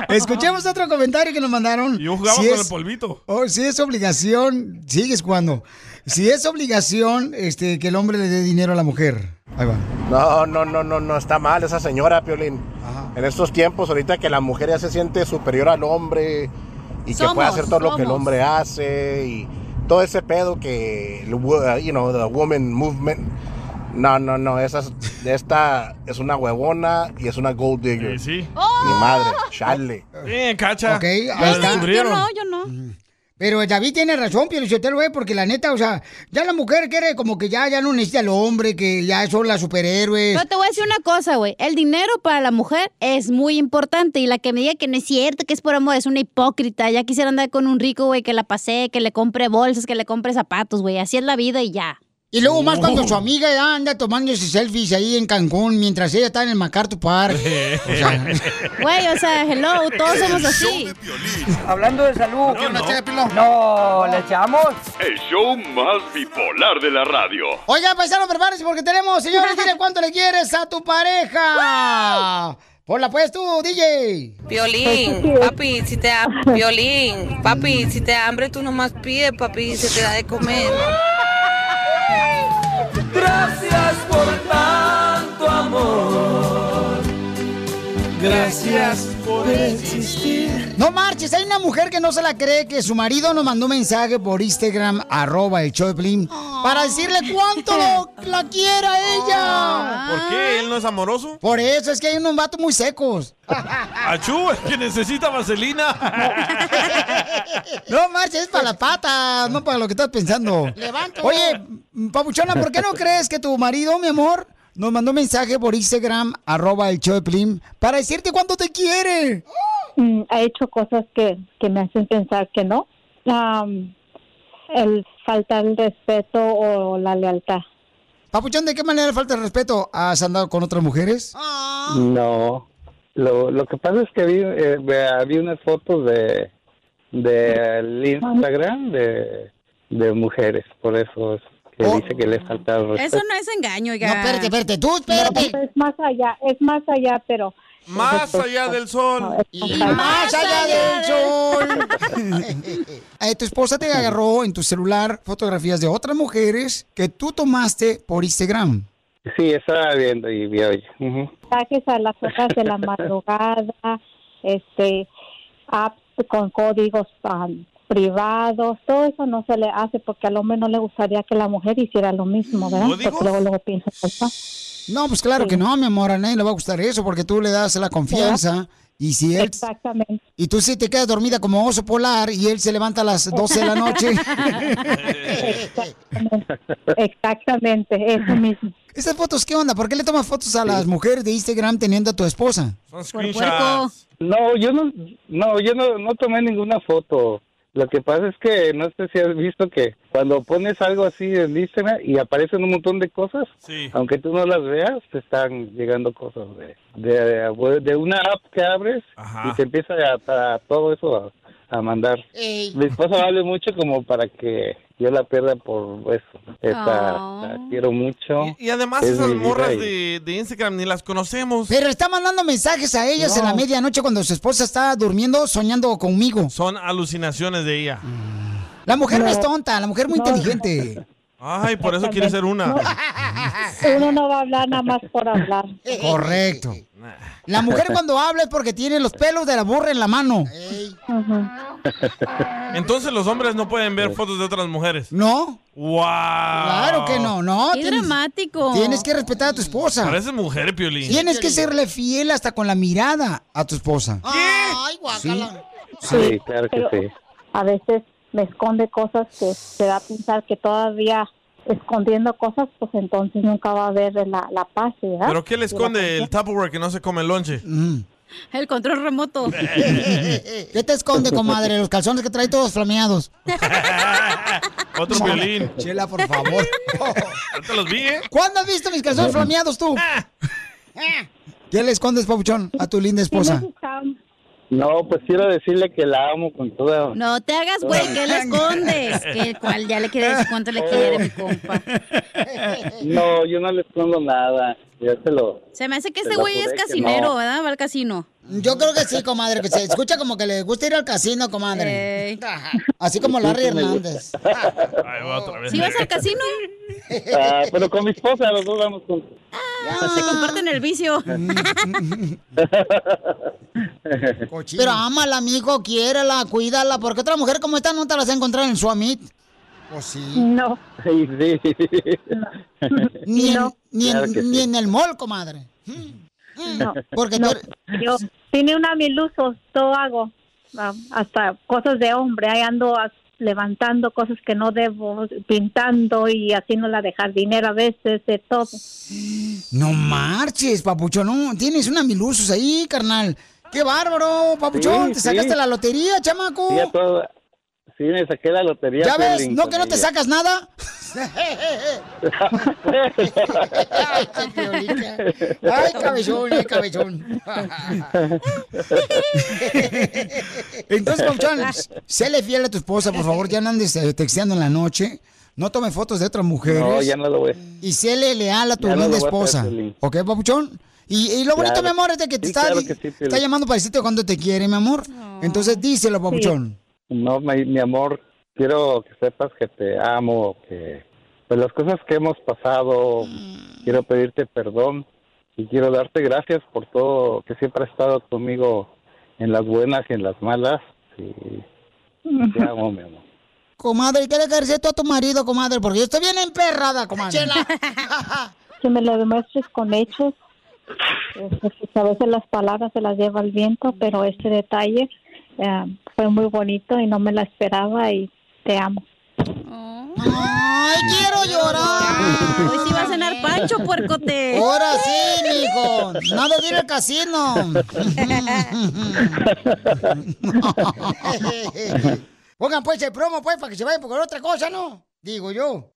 S3: Escuchemos otro comentario que nos mandaron.
S5: Yo jugaba
S3: Si
S5: con
S3: es-
S5: el polvito.
S3: Oh, si es obligación, sigues jugando. Si es obligación este, que el hombre le dé dinero a la mujer. Ahí va.
S19: No, no, no, no, no está mal esa señora, Piolín. En estos tiempos, ahorita que la mujer ya se siente superior al hombre y que puede
S31: Somos,
S19: hacer todo lo que el
S31: somos.
S19: hombre hace y todo ese pedo que, el wo- uh, you know, the woman movement. No, no, no, esa es- esta es una huevona y es una gold digger. Mi madre, chale.
S5: Eh, cacha.
S3: Ok, ahí
S19: Ya
S3: está.
S19: descubrieron.
S6: yo no.
S3: Pero el David tiene razón, Pielichotelo, güey, eh, porque la neta, o sea, ya la mujer quiere como que ya, ya no necesita al hombre, que ya son las superhéroes.
S6: Pero te voy a decir una cosa, güey. El dinero para la mujer es muy importante. Y la que me diga que no es cierto, que es por amor, es una hipócrita. Ya quisiera andar con un rico, güey, que la pasee, que le compre bolsas, que le compre zapatos, güey. Así es la vida y ya.
S3: Y luego más cuando su amiga ya anda tomándose selfies ahí en Cancún mientras ella está en el MacArthur Park. O sea,
S6: Güey, o sea, hello, todos somos así. Hablando de salud.
S8: No, ¿le echamos?
S9: El show más bipolar de la radio.
S3: Oiga, paisano, prepárense porque tenemos, señores, dile cuánto le quieres a tu pareja. Hola, pues tú, DJ.
S30: Violín, papi, si te da violín, papi, si te da hambre tú nomás pides, papi, y se te da de comer.
S11: Gracias por tanto amor. Gracias por existir.
S3: No marches, hay una mujer que no se la cree que su marido nos mandó un mensaje por Instagram, arroba el show de Piolín, para decirle cuánto lo- la quiera ella.
S5: ¿Por qué? ¿Él no es amoroso?
S3: Por eso, es que hay unos vatos muy secos.
S5: ¡Achú! Es que necesita vaselina.
S3: No marches, es para la pata, no para lo que estás pensando.
S11: Levanto.
S3: Oye, Papuchona, ¿por qué no crees que tu marido, mi amor, nos mandó un mensaje por Instagram, arroba el show de Piolín, para decirte cuánto te quiere?
S32: mm, ha hecho cosas que, que me hacen pensar que no. Am, el faltar el respeto o la lealtad.
S3: Papuchón, ¿de qué manera le falta el respeto? ¿Has andado con otras mujeres?
S20: No. Lo, lo que pasa es que vi, eh, ve- vi unas fotos de del Instagram de, de mujeres, por eso es que dice que le falta el respeto.
S6: Eso no es engaño, oiga.
S3: No, espérate, espérate, tú espérate.
S32: pues, Es más allá, es más allá, pero...
S5: Más allá del sol.
S3: Y más allá del sol. Eh, tu esposa te agarró en tu celular fotografías de otras mujeres que tú tomaste por Instagram.
S20: Sí, estaba viendo y vi hoy. Ujú.
S32: mensajes a las horas de la madrugada, este, apps con códigos um, privados, todo eso no se le hace porque al hombre no le gustaría que la mujer hiciera lo mismo, ¿verdad? Porque luego, luego piensa, "Ay,
S3: No, pues claro que no, mi amor, a nadie le va a gustar eso porque tú le das la confianza. Y si él.
S32: Exactamente.
S3: Y tú sí te quedas dormida como oso polar y él se levanta a las 12 de la noche.
S32: Exactamente, eso mismo.
S3: ¿Esas fotos qué onda? ¿Por qué le tomas fotos a las mujeres de Instagram teniendo a tu esposa?
S20: No, yo no, no, yo no, no tomé ninguna foto. Lo que pasa es que no sé si has visto que cuando pones algo así en Instagram y aparecen un montón de cosas, aunque tú no las veas, te están llegando cosas de, de, de una app que abres y te empieza a, a todo eso a, a mandar.
S3: Ey.
S20: Mi esposa vale mucho como para que yo la pierda por eso. Esta, la quiero mucho.
S5: Y además
S20: Es
S5: esas
S20: mi vida
S5: morras
S20: y-
S5: de, de Instagram ni las conocemos.
S3: Pero está mandando mensajes a ellas en la medianoche cuando su esposa está durmiendo soñando conmigo.
S5: Son alucinaciones de ella.
S3: Mm. La mujer no es tonta, la mujer muy inteligente.
S5: Ay, por eso quiere ser una.
S32: Uno no va a hablar nada más por hablar.
S3: Correcto. La mujer cuando habla es porque tiene los pelos de la burra en la mano.
S5: Entonces los hombres no pueden ver fotos de otras mujeres.
S3: ¿No?
S5: ¡Wow!
S3: Claro que no, no.
S6: Qué dramático.
S3: Tienes que respetar a tu esposa.
S5: Pareces mujer, Piolín.
S3: Tienes que serle fiel hasta con la mirada a tu esposa.
S32: Ay,
S3: guácala.
S20: Sí, claro que
S32: Pero
S20: sí.
S32: A veces me esconde cosas que se da a pensar que todavía escondiendo cosas, pues entonces nunca va a haber la, la paz, ¿verdad?
S5: ¿Pero
S3: Ah.
S5: qué le
S32: Y la
S5: esconde el Tupperware que no se come el lonche?
S3: Mm.
S6: El control remoto.
S3: ¿Qué te esconde, comadre? Los calzones que trae todos flameados.
S5: Otro
S3: Chela,
S5: Piolín.
S3: Chela, por favor.
S5: ¿No te los vi, eh?
S3: ¿Cuándo has visto mis calzones flameados tú? ¿Qué le escondes, papuchón, a tu linda esposa?
S32: um,
S20: No, pues quiero decirle que la amo con toda...
S6: No te hagas, güey, que le escondes. Que cuál ya le quiere decir cuánto le quiere, mi compa.
S20: No, yo no le escondo nada. Ya se lo.
S6: Se me hace que
S20: Te
S6: ese
S20: lo
S6: güey es
S20: juré que
S6: casinero,
S20: no.
S6: ¿verdad? Va al casino.
S3: Yo creo que sí, comadre, que se escucha como que le gusta ir al casino, comadre.
S6: Ey.
S3: Así como Larry
S20: Sí, sí me
S3: Hernández.
S5: Ahí va otra vez.
S6: ¿Sí vas al casino?
S20: Ah, pero con mi esposa los dos vamos con.
S6: Ah, Se comparten el vicio.
S3: Mm, Pero ámala, amigo, quiérala, cuídala, porque otra mujer como esta no te las va a encontrar en su amit. Pues sí.
S32: No.
S20: Sí, sí.
S3: Ni, en- ni, en,
S20: Claro que
S3: ni
S20: sí.
S3: en el mall, comadre.
S32: No,
S3: Porque
S32: Mm, no,
S3: tú
S32: yo tiene una mil usos, todo hago, ah, hasta cosas de hombre, ahí ando ah, levantando cosas que no debo, pintando y haciéndola dejar dinero a veces, de todo.
S3: No marches, papuchón. No, tienes una milusos ahí, carnal. ¡Qué bárbaro, papuchón!
S20: Sí,
S3: te sacaste
S20: sí.
S3: la lotería, chamaco.
S20: Sí, a todo- sí, me saqué la lotería.
S3: ¿Ya ves?
S20: Piolín,
S3: ¿No
S20: con
S3: que no te
S20: ella.
S3: sacas nada? Ay, cabellón, ay, cabellón. Entonces, Papuchón, séle fiel a tu esposa, por favor. Ya no andes eh, texteando en la noche. No tome fotos de otras mujeres.
S20: No, ya no lo voy.
S3: Y séle leal a tu
S20: Ya no lo
S3: linda
S20: voy a hacer,
S3: esposa.
S20: Piolín.
S3: ¿Ok, Papuchón? Y, y lo bonito,
S20: Claro.
S3: mi amor, es de que te
S20: Sí,
S3: está,
S20: claro que sí, Piolín.
S3: está llamando para decirte cuando te quiere, mi amor. Entonces, díselo, Papuchón.
S20: No, mi, mi amor, quiero que sepas que te amo, que pues las cosas que hemos pasado,
S3: Mm.
S20: quiero pedirte perdón y quiero darte gracias por todo que siempre has estado conmigo en las buenas y en las malas. Sí. Te amo, mi amor.
S3: Comadre, ¿qué le querés tú a tu marido, comadre? Porque yo estoy bien emperrada, comadre.
S32: que me lo demuestres con hechos. Este, pues, a veces las palabras se las lleva el viento, pero este detalle eh, fue muy bonito y no me la esperaba y te amo.
S3: ¡Ay, quiero llorar!
S6: Hoy sí va a cenar Pancho, puercote.
S3: Ahora sí, mijo. Nada de ir al casino. Pongan pues el promo, pues, para que se vayan por otra cosa, ¿no? Digo yo.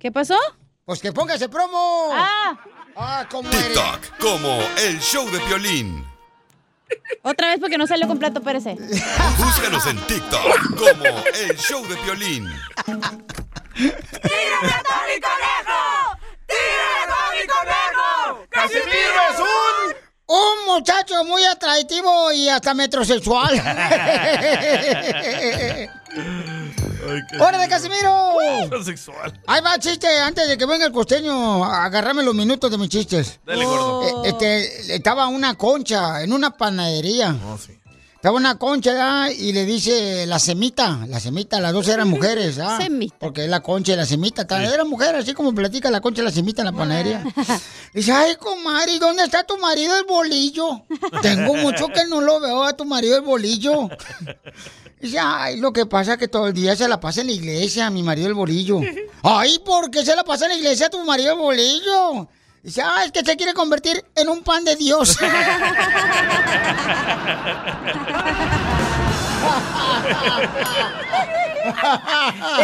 S6: ¿Qué pasó?
S3: Pues que pongas el promo.
S6: Ah.
S3: Ah, ¿cómo eres?
S7: TikTok como el show de violín.
S6: Otra vez porque no salió con plato, Pérez.
S7: Búscanos en TikTok como el show de violín.
S11: ¡Tírame a Tony Conejo! ¡Tírame a Tony Conejo! ¡Casimiro es un...
S3: Un muchacho muy atractivo y hasta metrosexual. ¡Hora de Casimiro!
S5: sexual.
S3: Ahí va chiste, antes de que venga el costeño, agarrame los minutos de mis chistes.
S5: Dale, gordo.
S3: Eh, este, estaba una concha en una panadería.
S5: Oh,
S3: Estaba una concha ¿verdad? y le dice la semita, la semita, las dos eran mujeres. ¿ah?
S6: Semita.
S3: Porque la concha y la semita, tal, eran mujeres, así como platica la concha y la semita en la panadería. Dice, ay, comadre, ¿y ¿dónde está tu marido el bolillo? Tengo mucho que no lo veo a tu marido el bolillo. Dice, ay, lo que pasa es que todo el día se la pasa en la iglesia, mi marido el bolillo. Ay, ¿por qué se la pasa en la iglesia tu marido el bolillo? Dice, ah, es que se quiere convertir en un pan de Dios.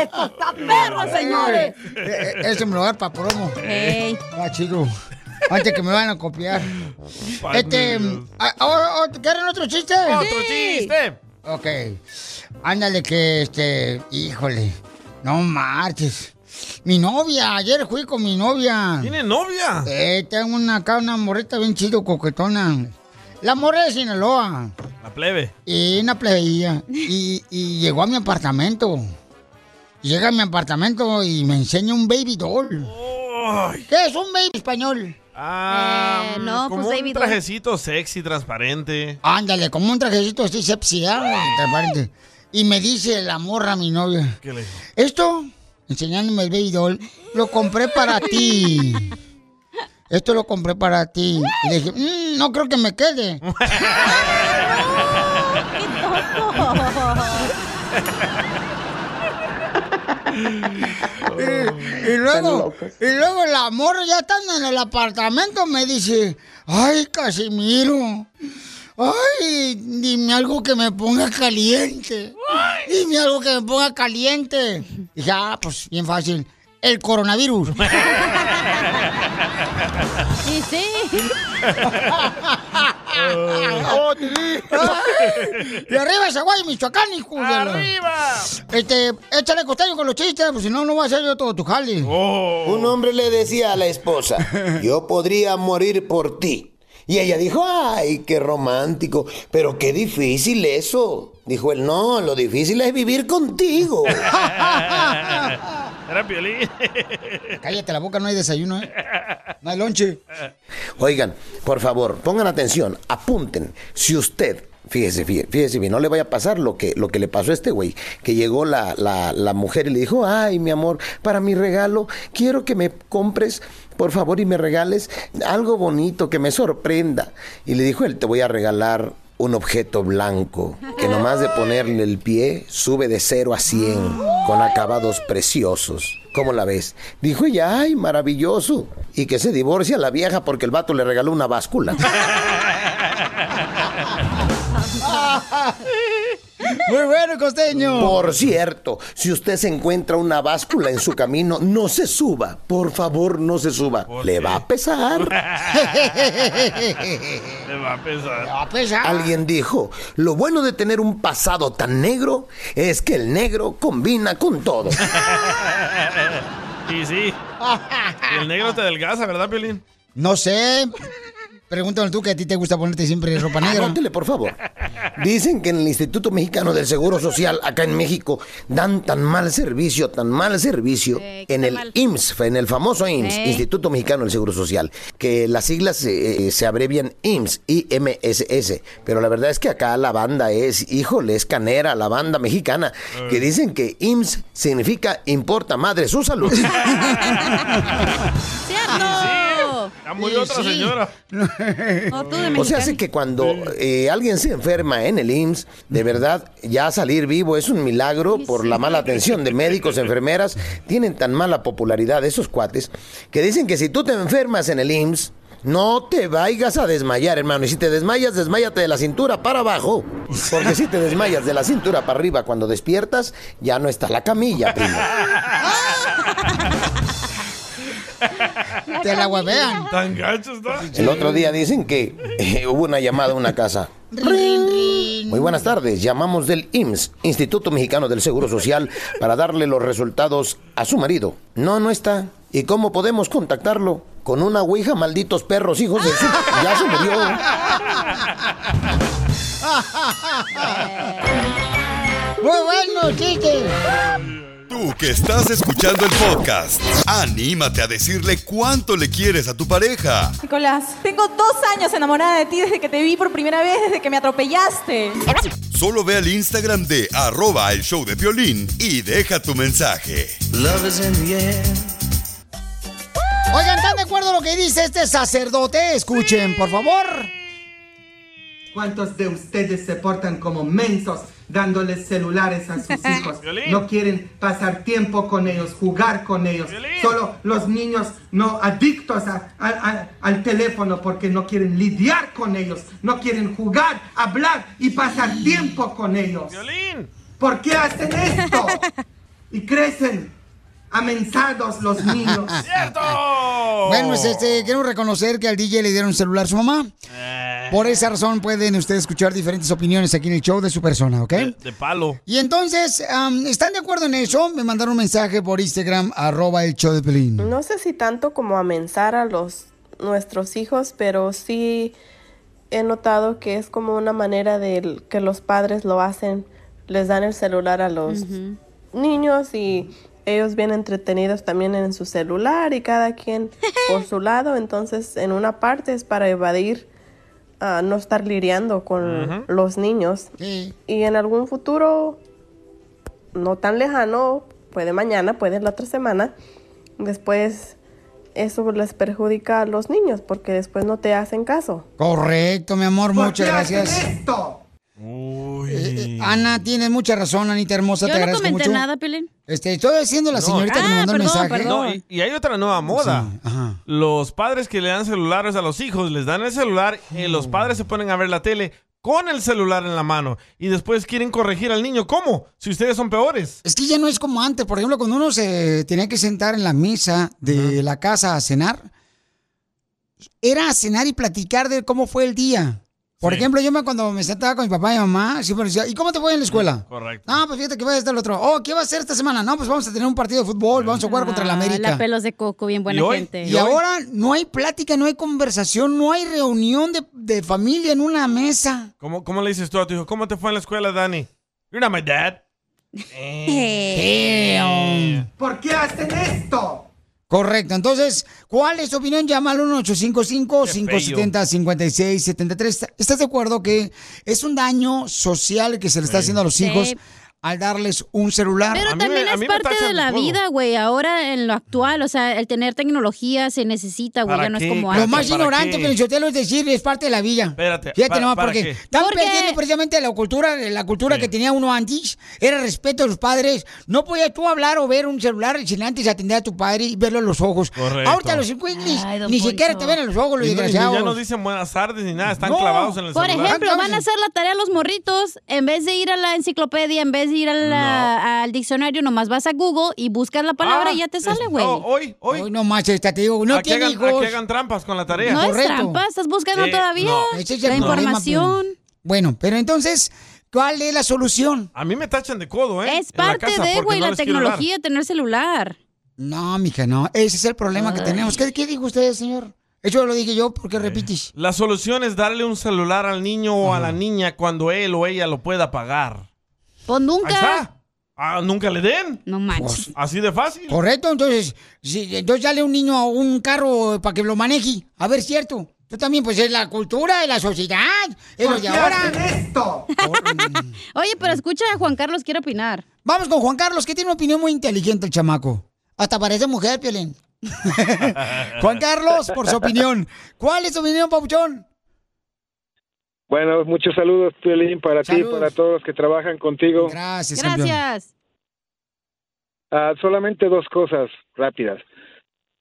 S11: ¡Esto está perro, señores!
S3: Eh, Es un lugar para promo.
S11: Ey.
S3: Ah, chido. Antes que me van a copiar. Este, ah, ah, ah, ¿quieren otro chiste?
S11: Otro Sí. chiste.
S3: Ok. Ándale que este, híjole. No marches. Mi novia, ayer fui con mi novia.
S5: ¿Tiene novia?
S3: Eh, tengo una acá una morrita bien chido coquetona. La morra de Sinaloa.
S5: La plebe.
S3: Y una plebeya. Y, y llegó a mi apartamento. Llega a mi apartamento y me enseña un baby doll. ¿Qué es un baby español?
S5: Ah,
S3: Eh, no,
S5: como
S3: pues,
S5: un
S3: David,
S5: trajecito sexy, transparente.
S3: Ándale, como un trajecito así, sepsi, ah, transparente. Y me dice la morra, mi novia.
S5: ¿Qué le dijo?
S3: Esto, enseñándome el baby doll, lo compré para ti. Esto lo compré para ti. Y le dije, "Mm, no creo que me quede. y, y luego, y luego el amor ya estando en el apartamento me dice, ay Casimiro, ay, dime algo que me ponga caliente. Dime algo que me ponga caliente. Y ya, pues bien fácil. El coronavirus.
S6: Y sí.
S5: Oh,
S3: Ah, Y arriba ese guay, Michoacán, hijo de la- Este, échale costeño con los chistes, pues si no, no va a ser yo todo tu jale.
S5: Oh.
S2: Un hombre le decía a la esposa, yo podría morir por ti. Y ella dijo, ay, qué romántico, pero qué difícil eso. Dijo él, no, lo difícil es vivir contigo.
S5: Era Piolín.
S3: Cállate la boca, no hay desayuno, ¿eh? No hay lonche.
S2: Oigan, por favor, pongan atención, apunten. Si usted, fíjese, fíjese, fíjese bien, no le vaya a pasar lo que, lo que le pasó a este güey, que llegó la, la, la mujer y le dijo, ay, mi amor, para mi regalo, quiero que me compres, por favor, y me regales algo bonito, que me sorprenda. Y le dijo él, te voy a regalar un objeto blanco, que nomás de ponerle el pie, sube de 0 a 100, con acabados preciosos. ¿Cómo la ves? Dijo ella, ay, maravilloso. Y que se divorcia la vieja porque el vato le regaló una báscula.
S3: Muy bueno, costeño.
S2: Por cierto, si usted se encuentra una báscula en su camino, no se suba. Por favor, no se suba. Le va a pesar.
S5: Le va a pesar.
S2: Alguien dijo, lo bueno de tener un pasado tan negro es que el negro combina con todo.
S5: y sí. Y el negro te adelgaza, ¿verdad, Piolín?
S3: Ah, No sé. Pregúntame tú que a ti te gusta ponerte siempre ropa negra.
S2: Anótele, por favor. Dicen que en el Instituto Mexicano del Seguro Social, acá en México, dan tan mal servicio, tan mal servicio, en el IMSS, en el famoso IMSS,
S4: Sí.
S2: Instituto Mexicano del Seguro Social, que las siglas eh, eh, se abrevian IMSS, IMSS, pero la verdad es que acá la banda es, híjole, es canera, la banda mexicana, que dicen que IMSS significa importa madre su salud.
S6: ¡Cierto!
S5: Ya murió otra señora.
S6: O tú
S2: O
S6: de
S2: sea,
S6: Mexicali.
S2: hace que cuando eh, alguien se enferma en el IMSS, de verdad, ya salir vivo es un milagro por la mala atención de médicos, enfermeras. Tienen tan mala popularidad esos cuates que dicen que si tú te enfermas en el IMSS, no te vayas a desmayar, hermano. Y si te desmayas, desmayate de la cintura para abajo. Porque si te desmayas de la cintura para arriba cuando despiertas, ya no está la camilla, primo.
S3: Te la huevean.
S5: Tan ganchos, ¿no?
S2: El otro día dicen que eh, hubo una llamada a una casa. Muy buenas tardes, llamamos del IMSS, Instituto Mexicano del Seguro Social, para darle los resultados a su marido. No, no está. ¿Y cómo podemos contactarlo? Con una ouija, malditos perros, hijos de su... Ya se murió.
S3: Muy bueno, chiste.
S7: Tú que estás escuchando el podcast, anímate a decirle cuánto le quieres a tu pareja.
S10: Nicolás, tengo dos años enamorada de ti desde que te vi por primera vez, desde que me atropellaste.
S7: Solo ve al Instagram de arroba el show de violín y deja tu mensaje.
S3: Oigan, ¿están de acuerdo lo que dice este sacerdote? Escuchen, por favor.
S21: ¿Cuántos de ustedes se portan como mensos dándoles celulares a sus hijos?
S22: Violín.
S21: No quieren pasar tiempo con ellos, jugar con ellos. Solo los niños no adictos a- a- a- al teléfono porque no quieren lidiar con ellos. No quieren jugar, hablar y pasar tiempo con ellos. ¿Por qué hacen esto? Y crecen amensados los niños.
S3: Bueno, pues este, quiero reconocer que al DJ le dieron celular a su mamá.
S5: Eh.
S3: Por esa razón pueden ustedes escuchar diferentes opiniones aquí en el show de su persona, ¿ok?
S5: De palo.
S3: Y entonces, am, ¿están de acuerdo en eso? Me mandaron un mensaje por Instagram, arroba el show de Pelín.
S33: No sé si tanto como amenazar a los nuestros hijos, pero sí he notado que es como una manera de que los padres lo hacen, les dan el celular a los niños y ellos bien entretenidos también en su celular y cada quien por su lado, entonces en una parte es para evadir ah, no estar lidiando con
S22: Ujú.
S33: los niños. Y en algún futuro no tan lejano, puede mañana, puede la otra semana, después eso les perjudica a los niños porque después no te hacen caso.
S3: Correcto, mi amor, muchas gracias. Eh,
S5: Uy.
S3: Ana, tienes mucha razón, Anita hermosa,
S6: Yo
S3: te
S6: no
S3: agradezco
S6: comenté
S3: mucho.
S6: nada, Ah, Pelín.
S3: Este, estoy haciendo la señorita que me mandó el mensaje. Ah.
S5: No, y, y hay otra nueva moda. Los padres que le dan celulares a los hijos, les dan el celular
S3: Oh.
S5: y los padres se ponen a ver la tele con el celular en la mano y después quieren corregir al niño. ¿Cómo? Si ustedes son peores.
S3: Es que ya no es como antes. Por ejemplo, cuando uno se tenía que sentar en la mesa de la casa a cenar, era a cenar y platicar de cómo fue el día. Por ejemplo, yo me, cuando me sentaba con mi papá y mi mamá, siempre me decía, ¿y cómo te fue en la escuela?
S5: Correcto.
S3: No, pues fíjate que voy a estar el otro. Oh, ¿qué va a hacer esta semana? No, pues vamos a tener un partido de fútbol, vamos a jugar contra la
S6: Ah,
S3: América.
S6: La pelos de coco, bien buena
S3: y hoy-
S6: gente.
S3: y ahora no hay plática, no hay conversación, no hay reunión de, de familia en una mesa.
S5: ¿Cómo, ¿Cómo le dices tú a tu hijo? ¿Cómo te fue en la escuela, Dani? You're not my dad.
S21: ¿Por qué hacen esto?
S3: Correcto. Entonces, ¿cuál es tu opinión? Llama al 1-855-570-5673. ¿Estás de acuerdo que es un daño social que se le está haciendo a los
S6: Sí.
S3: hijos al darles un celular?
S6: Pero también es parte de la vida, güey. Ahora en lo actual, o sea, el tener tecnología se necesita, güey.
S5: ¿Para
S6: Ya no
S5: qué,
S6: es como
S5: Cacha?
S6: antes.
S3: Lo más
S5: ¿Para
S3: ignorante,
S5: qué?
S3: pero yo te lo es decir, es parte de la vida.
S5: Espérate,
S3: Fíjate
S5: ¿para-
S3: nomás
S5: para
S3: porque
S5: qué?
S3: están perdiendo precisamente la cultura, la cultura que tenía uno antes, era respeto a los padres. No podías tú hablar o ver un celular sin antes atender a tu padre y verlo a los ojos.
S5: Correcto.
S3: Ahorita los incuinglis ni siquiera te ven a los ojos, los
S5: Y no- y
S3: desgraciados.
S5: ya no dicen buenas tardes ni nada, están
S3: No.
S5: clavados en el
S6: Por
S5: celular.
S6: ejemplo, van a hacer la tarea los morritos, en vez de ir a la enciclopedia, en vez de ir a la- al diccionario, nomás vas a Google y buscas la palabra y ya te sale, güey.
S5: hoy, hoy.
S3: Hoy no más, esta te digo, no
S5: a, que
S3: tiene
S5: hagan, a
S3: hijos.
S5: que hagan trampas con la tarea.
S6: No es trampa, estás buscando
S5: Eh,
S6: todavía
S5: no.
S3: Ese es el
S6: la
S3: problema,
S6: información.
S3: Piolín. Bueno, pero entonces, ¿cuál es la solución?
S5: A mí me tachan de codo, ¿eh?
S6: Es parte de, güey, la tecnología, tener celular.
S3: No, mija, no. Ese es el problema que tenemos. ¿Qué, qué dijo usted, señor? Eso lo dije yo
S6: Eh.
S3: porque repites.
S5: La solución es darle un celular al niño o a la niña cuando él o ella lo pueda pagar.
S6: Pues nunca.
S5: Ahí está. Ah, nunca le den.
S6: No
S3: Pues,
S6: manches.
S5: Así de fácil.
S3: Correcto, entonces, si, entonces dale un niño a un carro para que lo maneje. A ver, cierto. Yo también, pues es la cultura, es la sociedad, es lo de ahora.
S33: esto?
S6: Oye, pero escucha a Juan Carlos, quiere opinar.
S3: Vamos con Juan Carlos, que tiene una opinión muy inteligente el chamaco. Hasta parece mujer, Piolín.
S34: Eh.
S3: Juan Carlos, por su opinión. ¿Cuál es tu opinión, Papuchón?
S34: Bueno, muchos saludos, Piolín, para ti,
S3: Saludos.
S34: para todos los que trabajan contigo.
S3: Gracias,
S6: Gracias.
S34: Ah, solamente dos cosas rápidas.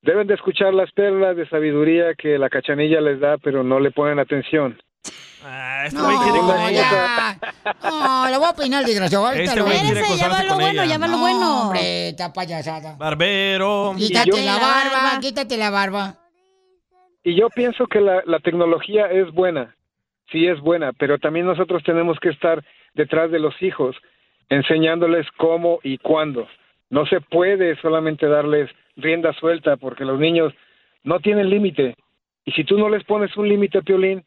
S34: Deben de escuchar las perlas de sabiduría que la cachanilla les da, pero no le ponen atención.
S5: Ah, este
S3: No, ya. No, la voy a peinar, desgraciado. Ahorita
S34: Este
S3: lo
S34: güey
S3: ves.
S34: quiere Espérese, ya acosarse va lo con bueno, ella. ya va lo
S3: No,
S34: bueno.
S3: hombre, está payasada.
S5: Barbero.
S3: Quítate la barba, quítate la barba.
S34: Y yo pienso que la, la tecnología es buena, sí es buena, pero también nosotros tenemos que estar detrás de los hijos, enseñándoles cómo y cuándo. No se puede solamente darles rienda suelta porque los niños no tienen límite. Y si tú no les pones un límite, Piolín,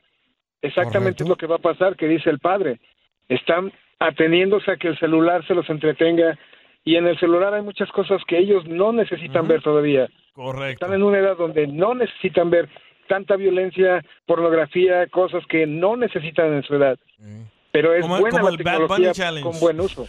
S34: exactamente es lo que va a pasar, que dice el padre. Están ateniéndose a que el celular se los entretenga y en el celular hay muchas cosas que ellos no necesitan ver todavía.
S5: Correcto.
S34: Están en una edad donde no necesitan ver tanta violencia, pornografía, cosas que no necesitan en su edad. Pero es
S5: Como-
S34: buena
S5: como
S34: la
S5: el Bad Bunny
S34: tecnología
S5: Challenge.
S34: con buen uso.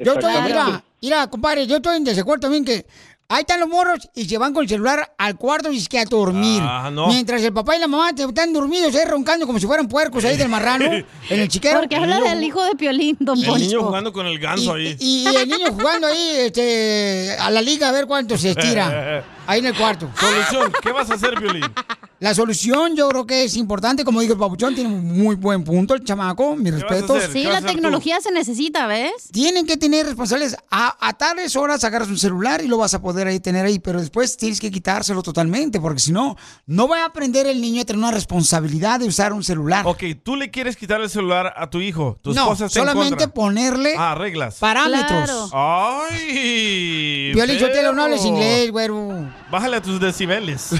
S3: Yo estoy,
S34: Exactamente.
S3: mira, mira, compadre, yo estoy en desacuerdo también que ahí están los morros y se van con el celular al cuarto y es que a dormir.
S5: Ah, no.
S3: Mientras el papá y la mamá te- están dormidos ahí roncando como si fueran puercos ahí del marrano en el chiquero.
S6: Porque habla del hijo de Piolín, don
S5: El niño
S6: Poncho.
S5: jugando con el ganso ahí.
S3: Y el niño jugando ahí este, a la liga a ver cuánto se estira. Ahí en el cuarto.
S5: Solución, ¿qué vas a hacer, Violín?
S3: La solución yo creo que es importante, como dijo el Papuchón, tiene un muy buen punto el chamaco, mi
S6: vas a
S3: respeto.
S6: hacer? Sí, ¿Qué vas a la hacer tú? tecnología
S3: se necesita, ¿ves? Tienen que tener responsables a, a tales horas agarras un celular y lo vas a poder ahí tener ahí, pero después tienes que quitárselo totalmente, porque si no, no va a aprender el niño a tener una responsabilidad de usar un celular.
S5: Ok, tú le quieres quitar el celular a tu hijo. Oh, Tu
S3: No,
S5: esposa está en
S3: solamente
S5: contra.
S3: ponerle
S5: Ah, reglas.
S3: parámetros.
S5: Ay.
S3: Piolín, yo te lo no
S5: perro.
S3: hables inglés, güero.
S5: Bájale a tus decibeles.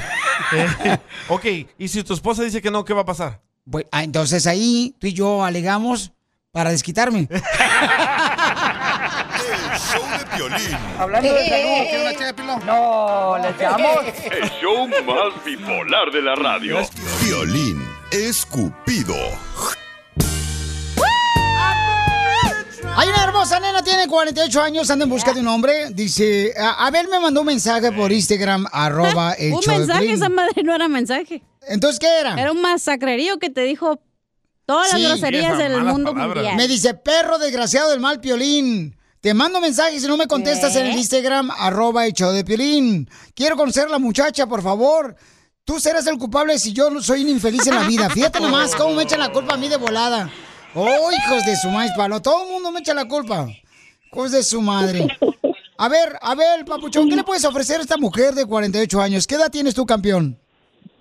S5: Eh, ok, y si tu esposa dice que no, ¿qué va a pasar?
S3: Bueno, ah, entonces ahí tú y yo alegamos para desquitarme.
S11: Hablando de salud, ¿quiere una ché, Pilón? No, ¿le echamos?
S9: El show más bipolar de la radio.
S7: Violín escupido.
S3: Hay una hermosa nena, tiene 48 años, anda en busca de un hombre. Dice, a- Abel me mandó un mensaje por Instagram, arroba el
S6: un
S3: show de
S6: mensaje,
S3: Piolín.
S6: esa madre no era mensaje.
S3: Entonces, ¿qué era?
S6: Era un masacrerío que te dijo todas
S3: Sí.
S6: las groserías del mundo mundial.
S3: Me dice, perro desgraciado del mal piolín. Te mando mensaje si no me contestas en el Instagram, arroba el show de piolín. Quiero conocer a la muchacha, por favor. Tú serás el culpable si yo no soy un infeliz en la vida. Fíjate nomás cómo me echan la culpa a mí de volada. Oh, hijos de su maíz palo. Todo el mundo me echa la culpa. Hijos de su madre. A ver, a ver, papuchón, ¿qué le puedes ofrecer a esta mujer de 48 años? ¿Qué edad tienes tú, campeón?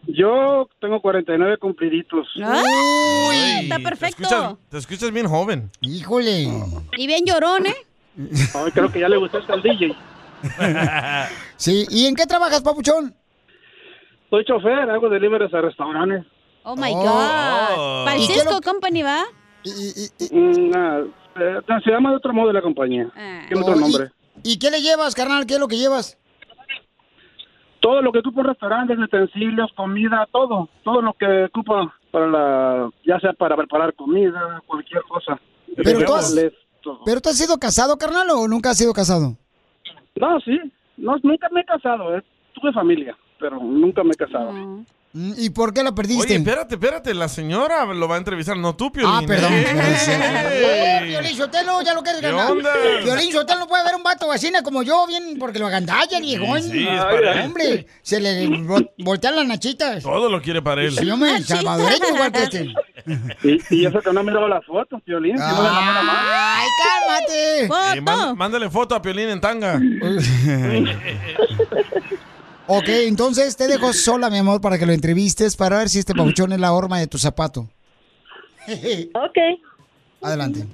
S21: Yo tengo 49 cumpliditos.
S6: ¡Ay! Está
S5: Ey,
S6: perfecto.
S5: Te escuchas, te escuchas bien joven.
S3: Híjole.
S6: Y bien llorón, ¿eh?
S21: creo que ya le gustó al DJ.
S3: Sí, ¿y en qué trabajas, papuchón?
S21: Soy chofer, hago deliveries a restaurantes.
S6: Oh my
S21: Oh.
S6: God. Para el
S21: ¿Y qué
S6: Cisco Company, ¿va?
S21: Mm, nah, eh, se llama de otro modo la compañía.
S6: Ah.
S21: Tiene otro
S3: Oh, y-
S21: nombre.
S3: ¿Y qué le llevas, carnal? ¿Qué es lo que llevas?
S21: Todo lo que ocupa un restaurante, utensilios, comida, todo. Todo lo que ocupa para la... ya sea para preparar comida, cualquier cosa.
S3: Pero tú has-
S21: Frijoles, todo.
S3: ¿Pero tú has sido casado, carnal, o nunca has sido casado?
S21: No, sí. No, nunca me he casado. eh. Tuve familia, pero nunca me he casado.
S3: Mm, ¿Y por qué la
S5: Oye,
S3: perdiste?
S5: espérate, espérate, la señora lo va a entrevistar, no tú, Piolín.
S3: Ah, perdón,
S5: ¿eh?
S3: perdón, sí.
S5: Ey.
S3: Eh, Piolín Sotelo, ya lo quieres
S5: ¿Qué
S3: ganar.
S5: onda?
S3: Piolín Sotelo no puede ver un vato vecina como yo, bien, porque lo agandalla, viejón.
S5: sí, es para
S3: Ay,
S5: él.
S3: hombre, se le vo- voltean las nachitas.
S5: Todo lo quiere para él.
S3: Si yo me salvadoreño igual que este.
S21: Y, y eso que no miraba las fotos, Piolín. si no le mandó la mano.
S3: ¡Ay, cálmate!
S5: Eh, mán- mándale foto a Piolín en tanga.
S3: Ok, entonces te dejo sola, mi amor, para que lo entrevistes, para ver si este pabuchón es la horma de tu zapato.
S13: Ok.
S3: Adelante.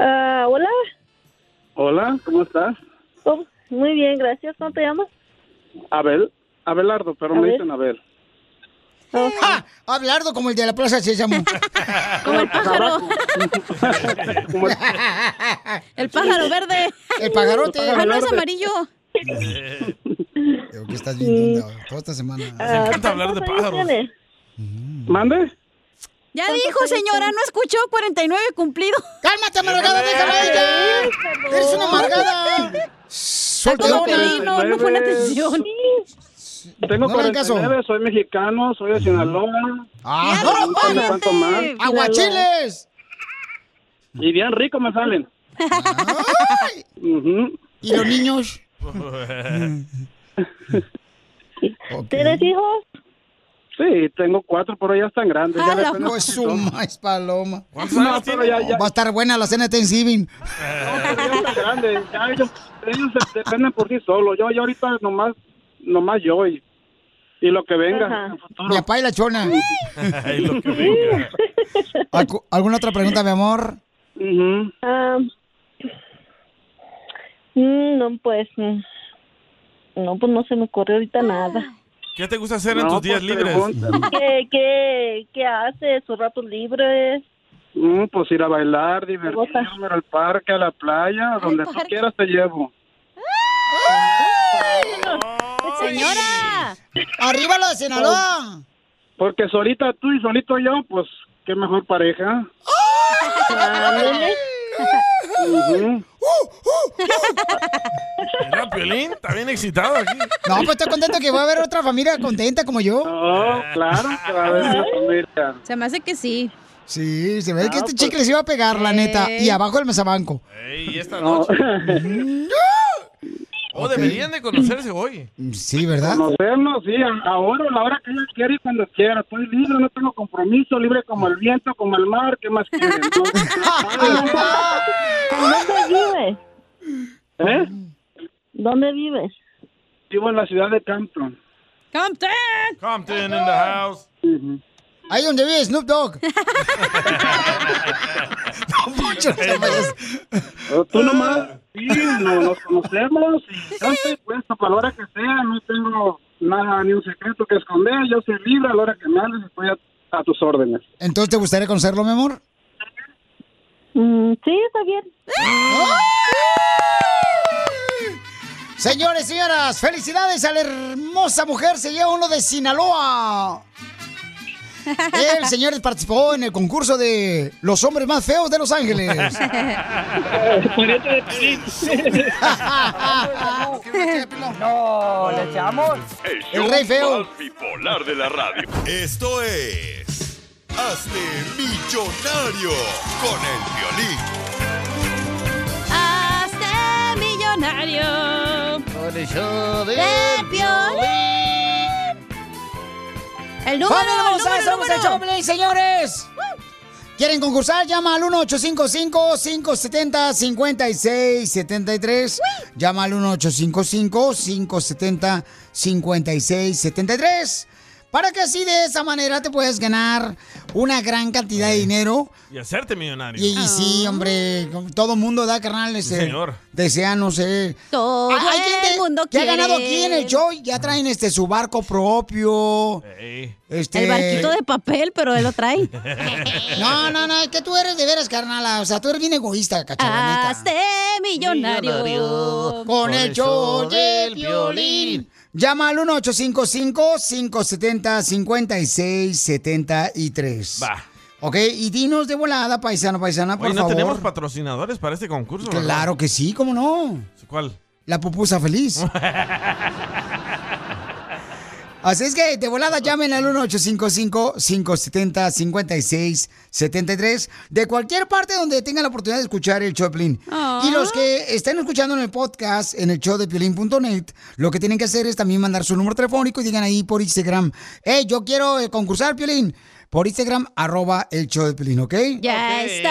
S13: Ah, hola.
S21: Hola, ¿cómo estás?
S13: Oh, muy bien, gracias. ¿Cómo te llamas?
S21: Abel. Abelardo, pero me dicen Abel.
S3: ¡Ja! Abelardo como el de la plaza Sésamo. como el pájaro.
S6: El pájaro verde.
S3: El pajarote.
S6: Ah, no es amarillo.
S3: Creo que estás bien tonta toda
S21: Ah,
S3: esta
S6: Ah,
S3: semana.
S5: encanta hablar de pájaros.
S21: ¿Mande?
S6: Ya dijo, señora, no escuchó 49 cumplido.
S3: ¡Cálmate, amargada! ¡Déjame ya! ¡Eres una amargada!
S6: Soltero, no, no fue una atención.
S21: Tengo
S3: No me hagan caso.
S21: 49, soy mexicano, soy de Sinaloa.
S3: ¡Ah!
S21: No me sale tanto más.
S3: ¡Aguachiles!
S21: Y bien rico me salen. Ujú.
S3: ¿Y los niños?
S13: ¿Tienes hijos?
S21: Sí, tengo cuatro, pero ya están grandes. Ya
S3: ¡Hala,
S21: depende
S3: pues
S21: de
S3: su
S21: nosotros.
S3: más paloma!
S21: ¿Cuántos años tiene?
S3: Va a estar buena la cena de Thanksgiving.
S21: Ya están grandes. Ya ellos, ellos se dependen por sí solos. Yo, yo ahorita nomás, nomás yo y, y lo que venga.
S3: Ajá. Mi papá y la chona. Alcu- ¿Alguna otra pregunta, mi amor?
S13: Ah, mm, no, pues. mm, No, pues no se me ocurre ahorita nada.
S5: ¿Qué te gusta hacer en
S13: No,
S5: tus días
S21: pues,
S5: libres?
S21: pregunta.
S13: ¿Qué, qué, qué hace sus ratos libres?
S21: Mm, pues ir a bailar, divertirme al parque, a la playa, a donde tú quieras te llevo.
S6: ¡Señora!
S3: ¡Arriba los de Sinaloa!
S21: Porque solita tú y solito yo, pues qué mejor pareja. Ujú.
S5: Mira, Piolín, está bien excitado aquí.
S3: No, pues estoy contento que va a haber otra familia contenta como yo.
S21: No, claro, que va a haber una familia.
S6: Se me hace que sí.
S3: Sí, se ve que
S6: Ah,
S3: este
S6: pues.
S3: chicle se iba a pegar, la neta.
S6: Ey.
S3: Y abajo el mesabanco.
S5: Ey, esta noche. Oh, deberían de conocerse hoy.
S3: Sí, ¿verdad?
S21: Conocernos, sí, a- ahora, a la hora que ella quiere y cuando quiera. Estoy libre, no tengo compromiso, libre como el viento, como el mar, ¿qué más quieres? No,
S13: ¿Dónde vives?
S21: ¿Eh?
S13: ¿Dónde vives?
S21: Vivo en la ciudad de Campton.
S6: Compton.
S5: Compton in the house.
S3: Ahí donde vive Snoop Dogg. no, mucho no vayas.
S21: Tú nomás, sí, no- nos conocemos y yo estoy puesto para la hora que sea, no tengo nada, ni un secreto que esconder, yo soy libre a la hora que me hables, estoy a, a tus órdenes.
S3: Entonces, ¿te gustaría conocerlo, mi amor?
S13: Mm, sí, está bien.
S3: Señores, señoras, felicidades a la hermosa mujer. Se lleva uno de Sinaloa. El señor participó en el concurso de los hombres más feos de Los Ángeles.
S11: No, le echamos.
S35: El
S11: El rey feo.
S35: más bipolar de la radio.
S7: Esto es. Hazte millonario con el violín.
S6: Hazte millonario.
S3: Por el show
S6: de Piolín. El número, el
S3: ¡Vamos!
S6: número, el
S3: ¡Somos el
S6: número.
S3: Choplin, señores! ¿Quieren concursar? Llama al 1-855-570-5673. Llama al 1-855-570-5673. Para que así de esa manera te puedas ganar una gran cantidad de dinero.
S5: Y hacerte millonario.
S3: Y, y sí, hombre, todo mundo da carnal este.
S5: señor.
S3: Desea, no sé.
S6: Todo
S3: hay gente
S6: el mundo
S3: que ha ganado
S6: quiere.
S3: aquí en el show. Ya traen este su barco propio. Este...
S6: El barquito de papel, pero él lo trae.
S3: No, no, no, es que tú eres de veras, carnal. O sea, tú eres bien egoísta, cacharranita.
S6: Hazte millonario.
S3: Con el show del violín. Llama al 1-855-570-5673.
S5: Va.
S3: Ok, y dinos de volada, paisano, paisana, por
S5: Oye, ¿no
S3: favor.
S5: tenemos patrocinadores para este concurso? ¿verdad?
S3: Claro que sí, ¿cómo no?
S5: ¿Cuál?
S3: La pupusa feliz. Así es que de volada llamen al 1-855-570-5673 de cualquier parte donde tengan la oportunidad de escuchar el Choplin.
S6: Ah.
S3: Y los que estén escuchando en el podcast, en el show de piolín.net, lo que tienen que hacer es también mandar su número telefónico y digan ahí por Instagram, hey, yo quiero eh, concursar, Piolín, por Instagram, arroba el show de Piolín, ¿ok?
S6: Ya está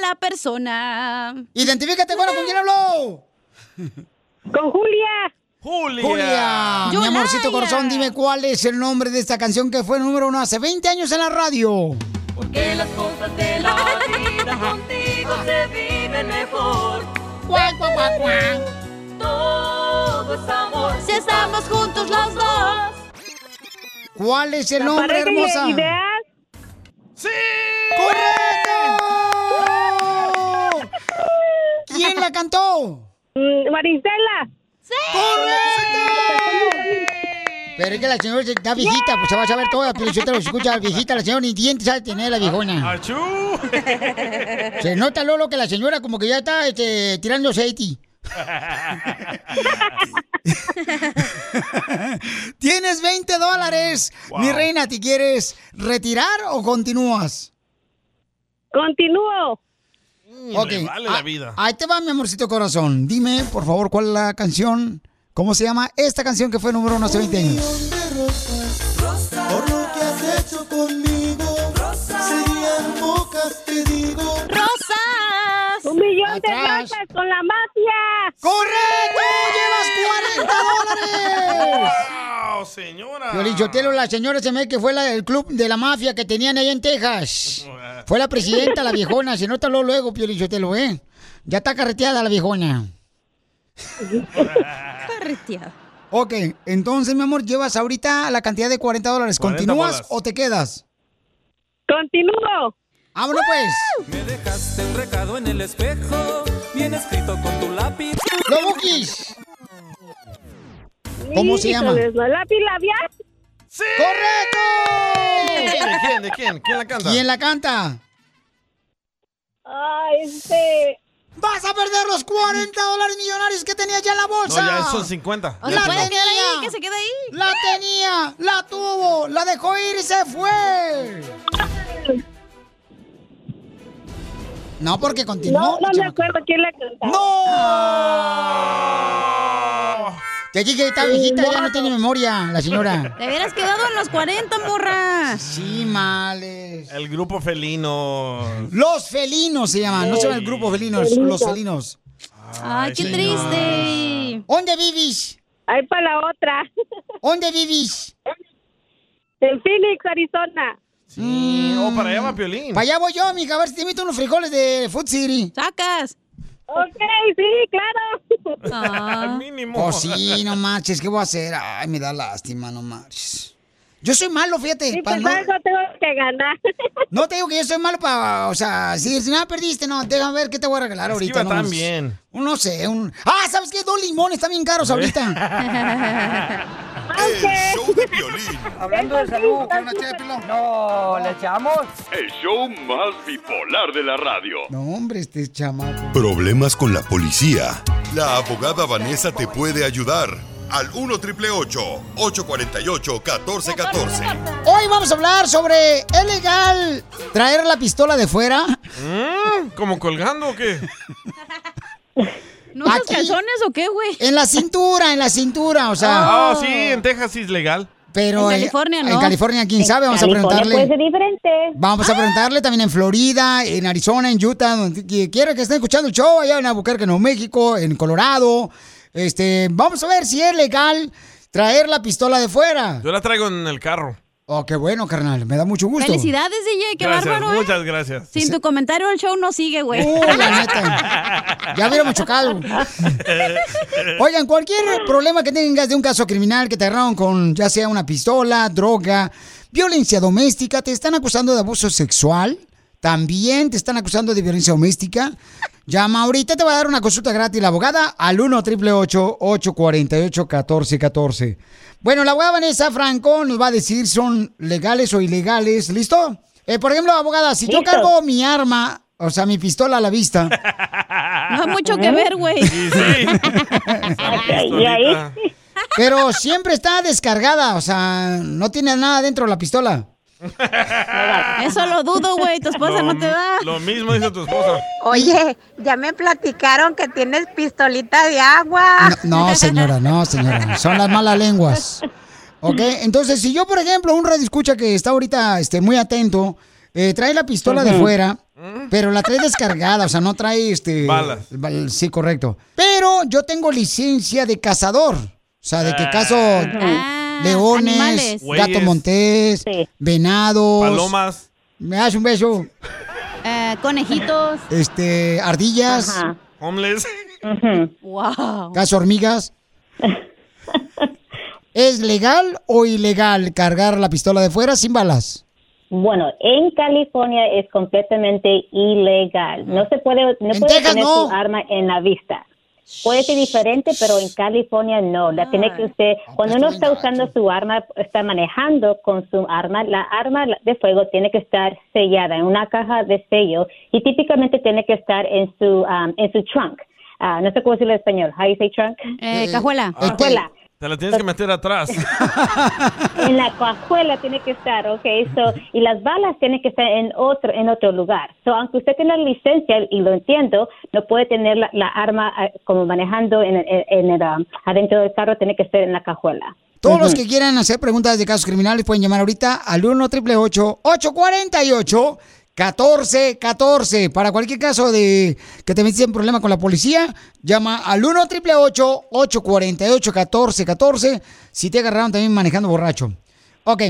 S6: la persona.
S3: Identifícate, bueno, ¿con quién habló?
S13: Con Julia.
S5: Julia.
S3: Julia, mi amorcito corazón, dime cuál es el nombre de esta canción que fue número uno hace 20 años en la radio.
S36: Porque las cosas de la vida contigo se viven mejor.
S3: Guau, guau, guau, guau.
S36: Todo es amor.
S6: Si estamos juntos los dos.
S3: ¿Cuál es el nombre, hermosa?
S5: ¡Sí!
S3: ¡Correcto! ¿Quién la cantó?
S1: Marisela.
S3: ¡Sí! ¡Correcto! Pero es que la señora está viejita, pues se va a saber toda, pero yo te lo escucha la viejita, la señora ni dientes sabe tener la viejona.
S5: ¡Achú!
S3: Se nota, Lolo, que la señora como que ya está este, tirando aceite. Tienes 20 dólares.
S11: Wow.
S3: Mi reina, ¿te quieres retirar o continúas?
S1: Continúo.
S3: Ok.
S5: le vale la
S3: ah,
S5: vida.
S3: Ahí te va, mi amorcito corazón. Dime, por favor, cuál es la canción. ¿Cómo se llama esta canción que fue número uno hace 20 años?
S11: Por lo que has hecho conmigo, serían pocas, te digo.
S1: ¡Rosas! ¡Un millón de
S11: Atrás.
S1: rosas con la mafia!
S3: ¡Correcto! ¡Llevas 40 dólares!
S5: ¡Wow, señora!
S3: Violín Sotelo, la señora se me que fue la, el club de la mafia que tenían allá en Texas. Fue la presidenta, la viejona. Se nota luego, luego, Piolín Sotelo, ¿eh? Ya está carreteada la viejona.
S6: Carreteada.
S3: Ok, entonces, mi amor, llevas ahorita la cantidad de 40 dólares.
S11: 40
S3: ¿Continúas
S11: bolas.
S3: o te quedas?
S1: ¡Continúo!
S3: ¡Vámonos, pues!
S11: Me dejaste un recado en el espejo, bien escrito con tu lápiz.
S3: ¡Los Bukis! ¿Cómo se llama?
S1: Híjoles, ¿no? ¿Lápiz labial?
S5: ¡Sí! ¿De
S3: ¡Correcto!
S5: quién? ¿De quién? ¿De quién? ¿Quién la canta?
S3: ¿Quién la canta?
S1: Ah, este...
S3: ¡Vas a perder los 40 dólares millonarios que tenía ya en la
S5: No,
S3: bolsa!
S5: ya son 50.
S3: ¡La
S5: Ya no.
S3: tenía!
S6: que se quede ahí!
S3: ¡La tenía! ¡La tuvo! ¡La dejó ir y se fue! No, porque continuó.
S1: No, no me
S3: chamaca.
S1: acuerdo quién la cantaba.
S3: ¡No! Que aquí que está viejita, ya no tiene memoria la señora.
S6: Te hubieras quedado en los 40, morra.
S3: Sí, males.
S5: El grupo felino.
S3: Los felinos se llaman, no se llama el grupo felinos,
S5: Felino.
S3: los felinos.
S6: Ay, qué
S5: señor.
S6: triste.
S3: ¿Dónde vivís?
S1: Ahí para la otra.
S3: ¿Dónde vivís?
S1: En Phoenix, Arizona.
S5: Sí, oh, para allá va Piolín.
S3: Para allá voy yo, mija, a ver si te invito unos frijoles de Food City.
S6: ¡Sacas!
S1: Ok, sí, claro.
S6: Ah.
S5: Mínimo.
S3: Oh, sí, no marches, ¿qué voy a hacer? Ay, me da lástima, no marches. Yo soy malo, fíjate.
S1: Sí,
S3: para
S1: pues
S3: no-
S1: algo tengo que ganar.
S3: No te digo que yo soy malo para, o sea, si si nada perdiste, no, déjame ver qué te voy a regalar ahorita.
S5: Esquiva
S3: no,
S5: tan
S3: más.
S5: bien.
S3: Un, No sé, un... Ah, ¿sabes qué? Dos limones están bien caros ahorita.
S8: Hablando de salud, ¿quieres una ché de pilón? No, ¿le echamos?
S9: El show más bipolar de la radio.
S3: no, hombre, este chamaco.
S7: Problemas con la policía. La abogada Vanessa te puede ayudar. Al 1 triple 848 1414.
S3: Hoy vamos a hablar sobre, ¿es legal traer la pistola de fuera?
S5: Mm, ¿Como colgando o qué?
S6: ¿No usas
S3: Aquí.
S6: calzones o qué, güey? Oh,
S3: En la cintura, en la cintura, o sea.
S5: Ah, sí, en Texas sí es legal.
S3: Pero
S6: En California,
S3: en
S6: ¿no?
S3: California, quién sabe, vamos a preguntarle.
S1: diferente.
S3: Vamos
S6: Ah.
S3: a preguntarle también en Florida, en Arizona, en Utah, donde qui- quiera que estén escuchando el show, allá en Albuquerque, en Nuevo México, en Colorado. Este, vamos a ver si es legal traer la pistola de fuera.
S5: Yo la traigo en el carro.
S3: Oh, qué bueno, carnal, me da mucho gusto.
S6: Felicidades, DJ, qué
S5: gracias,
S6: bárbaro. ¿eh?
S5: muchas gracias.
S6: Sin tu comentario el show no sigue, güey.
S3: Uh, la neta. Ya hubiéramos chocado. Oigan, cualquier problema que tengas de un caso criminal que te agarraron con ya sea una pistola, droga, violencia doméstica, te están acusando de abuso sexual, también te están acusando de violencia doméstica. Llama ahorita, te va a dar una consulta gratis la abogada al 1 888 848 1414 Bueno, la abogada Vanessa Franco nos va a decir si son legales o ilegales. ¿Listo? Eh, por ejemplo, abogada, si yo
S6: Listo.
S3: cargo mi arma, o sea, mi pistola a la vista,
S6: No hay mucho que ver, güey.
S3: ¿y ahí? pero siempre está descargada, o sea, no tiene nada dentro la pistola.
S6: Eso lo dudo, güey. Tu esposa no te da.
S5: Lo mismo dice tu esposa.
S28: Oye, ya me platicaron que tienes pistolita de agua.
S3: Ah, No, no, señora, no, señora. Son las malas lenguas. ¿Ok? Entonces, si yo, por ejemplo, un radio escucha que está ahorita este, muy atento, eh, trae la pistola de
S11: Ujú.
S3: fuera, pero la trae descargada, o sea, no trae este.
S11: Balas.
S3: bal- Sí, correcto. Pero yo tengo licencia de cazador. O sea, de que caso
S11: Ah.
S3: leones,
S11: animales.
S3: gato
S11: Bueyes.
S3: montés, venados.
S5: Palomas.
S3: Me das un beso.
S6: Eh, conejitos.
S3: Este, ardillas.
S5: Homeless.
S6: Wow.
S3: Caso hormigas. ¿Es legal o ilegal cargar la pistola de fuera sin balas?
S29: Bueno, en California es completamente ilegal. No se puede, no
S3: En
S29: puede
S3: Texas
S29: tener
S3: no.
S29: su arma en la vista. Puede ser diferente, pero en California no. La tiene que usted, cuando uno está usando su arma, está manejando con su arma, la arma de fuego tiene que estar sellada en una caja de sello y típicamente tiene que estar en su, um, en su trunk. Ah, no sé cómo decirlo en español. How you say trunk?
S6: Eh, cajuela.
S29: Cajuela
S5: Te la tienes que meter atrás.
S29: en la cajuela tiene que estar, ok, so, y las balas tienen que estar en otro, en otro lugar. So, aunque usted tenga licencia, y lo entiendo, no puede tener la, la arma ah, como manejando en, en- en el, um, adentro del carro, tiene que estar en la cajuela.
S3: Todos los que quieran hacer preguntas de casos criminales pueden llamar ahorita al 1 888 848 1414 Para cualquier caso de que te metiste en problema con la policía, llama al 1 888 848 1414 si te agarraron también manejando borracho. Ok,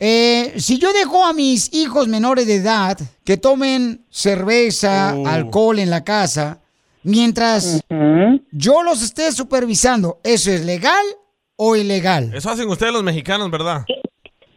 S3: eh, si yo dejo a mis hijos menores de edad que tomen cerveza, alcohol en la casa, mientras yo los esté supervisando, ¿eso es legal o ilegal?
S5: Eso hacen ustedes los mexicanos, ¿verdad?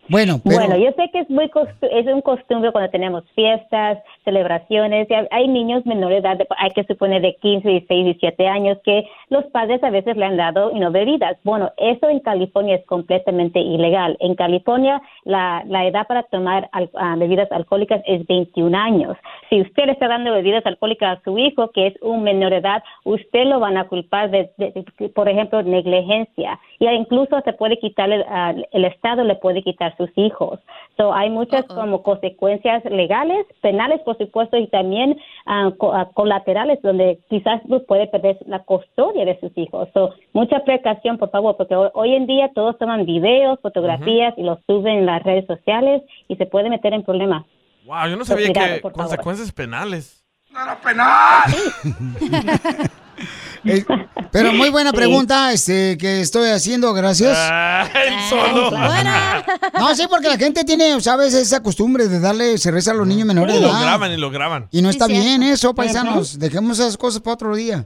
S3: Bueno, pero
S29: Bueno, yo sé que es muy costu- es un costumbre cuando tenemos fiestas, celebraciones, y hay- hay niños menores de edad, de- hay que suponer de 15, 16, 17 años, que los padres a veces le han dado you know, bebidas. Bueno, eso en California es completamente ilegal. En California la, la edad para tomar al- ah, bebidas alcohólicas es 21 años. Si usted le está dando bebidas alcohólicas a su hijo, que es un menor de edad, usted lo van a culpar de, de- de, por ejemplo, negligencia. Y incluso se puede quitarle, ah, el Estado le puede quitar sus hijos. So, hay muchas como consecuencias legales, penales, por supuesto, y también ah, co- ah, colaterales, donde quizás pues, puede perder la custodia de sus hijos. So, mucha precaución, por favor, porque ho- hoy en día todos toman videos, fotografías y los suben en las redes sociales y se puede meter en problemas.
S5: Wow, yo no
S29: Pues
S5: sabía
S29: cuidado,
S5: que
S29: por favor.
S5: consecuencias penales.
S3: Eh, pero muy buena
S5: Sí.
S3: pregunta este, que estoy haciendo, gracias.
S5: Ay, solo.
S3: No, sí, porque la gente tiene, ¿sabes? Esa costumbre de darle cerveza a los niños menores
S5: Y
S3: de
S5: lo
S3: edad.
S5: graban y lo graban.
S3: Y no está bien eso, paisanos. Dejemos esas cosas para otro día.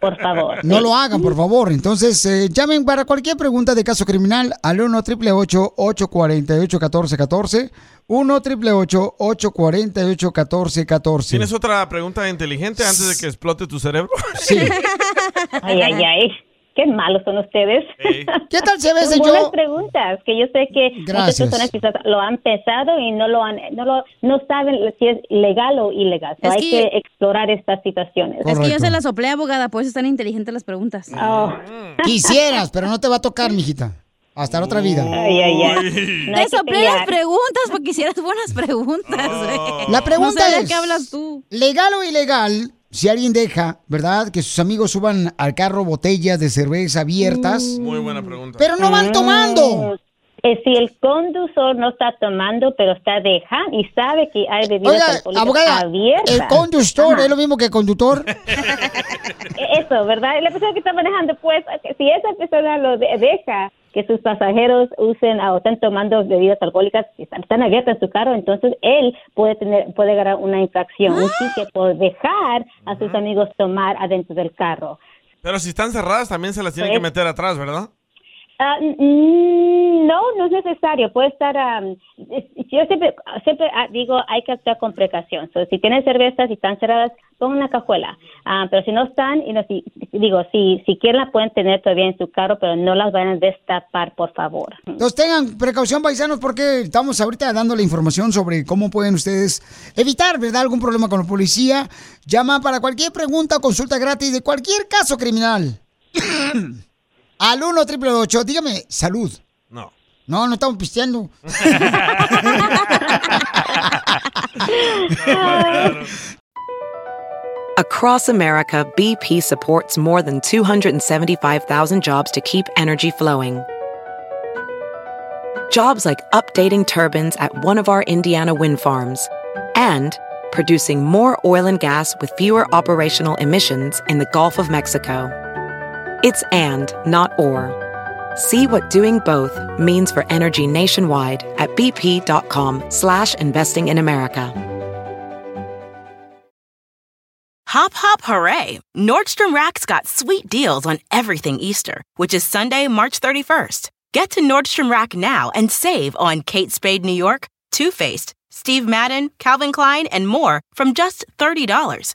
S29: Por favor.
S3: No lo hagan, por favor. Entonces, eh, llamen para cualquier pregunta de caso criminal al 1 888 848 1414 1 888 848 1414
S5: ¿Tienes otra pregunta inteligente antes de que explote tu cerebro?
S3: Sí.
S29: Ay, ay, ay. Qué malos son ustedes.
S3: ¿Qué tal se ve
S29: Son
S3: ese
S29: buenas
S3: yo?
S29: preguntas, que yo sé que muchas
S3: Gracias.
S29: personas quizás lo han pensado y no lo han, no lo, no saben si es legal o ilegal. So,
S6: Es
S29: hay
S6: que-
S29: que, explorar estas situaciones.
S6: Es que yo se la soplé abogada, por eso están inteligentes las preguntas.
S3: Oh, Quisieras, pero no te va a tocar, mijita. Hasta la otra vida.
S29: Ay, ay, ay.
S6: Te soplé las preguntas porque hicieras buenas preguntas.
S5: Oh.
S6: güey.
S3: La pregunta
S6: no sé
S3: es-
S6: ¿De qué hablas tú?
S3: ¿Legal o ilegal? Si alguien deja, ¿verdad? Que sus amigos suban al carro botellas de cerveza abiertas.
S5: Muy buena
S29: Mm.
S5: pregunta.
S3: Pero no van tomando.
S29: Eh, si el conductor no está tomando, pero está dejando y sabe que hay bebidas
S3: Oiga,
S29: alcohólicas
S3: abogada,
S29: abiertas.
S3: el conductor
S29: Ajá.
S3: es lo mismo que conductor.
S29: Eh, Eso, ¿verdad? La persona que está manejando, pues, si esa persona lo de- deja que sus pasajeros usen ah, o están tomando bebidas alcohólicas que están, están abiertas en su carro, entonces él puede tener, puede ganar una infracción, un ticket por dejar a sus amigos tomar adentro del carro.
S5: Pero si están cerradas, también se las tienen que meter atrás, ¿verdad?
S29: Ah, mm, no, no es necesario. Puede estar. am, es- yo siempre, siempre ah, digo, hay que actuar con precaución. So, si tienen cervezas y están cerradas, pongan una cajuela. Ah, pero si no están, y no, si- digo, si, si quieren, la pueden tener todavía en su carro, pero no las vayan a destapar, por favor.
S3: Entonces tengan precaución, paisanos, porque estamos ahorita dando la información sobre cómo pueden ustedes evitar, ¿verdad? Algún problema con la policía. Llama para cualquier pregunta o consulta gratis de cualquier caso criminal. Al 1 888 dígame, salud.
S5: No.
S3: No, no estamos pisteando.
S16: Across America, BP supports more than 275,000 jobs to keep energy flowing. Jobs like updating turbines at one of our Indiana wind farms and producing more oil and gas with fewer operational emissions in the Gulf of Mexico. It's and, not or. See what doing both means for energy nationwide at bp.com slash investing in America.
S28: Hop, hop, hooray! Nordstrom Rack's got sweet deals on everything Easter, which is Sunday, March 31st. Get to Nordstrom Rack now and save on Kate Spade New York, Too Faced, Steve Madden, Calvin Klein, and more from just $30.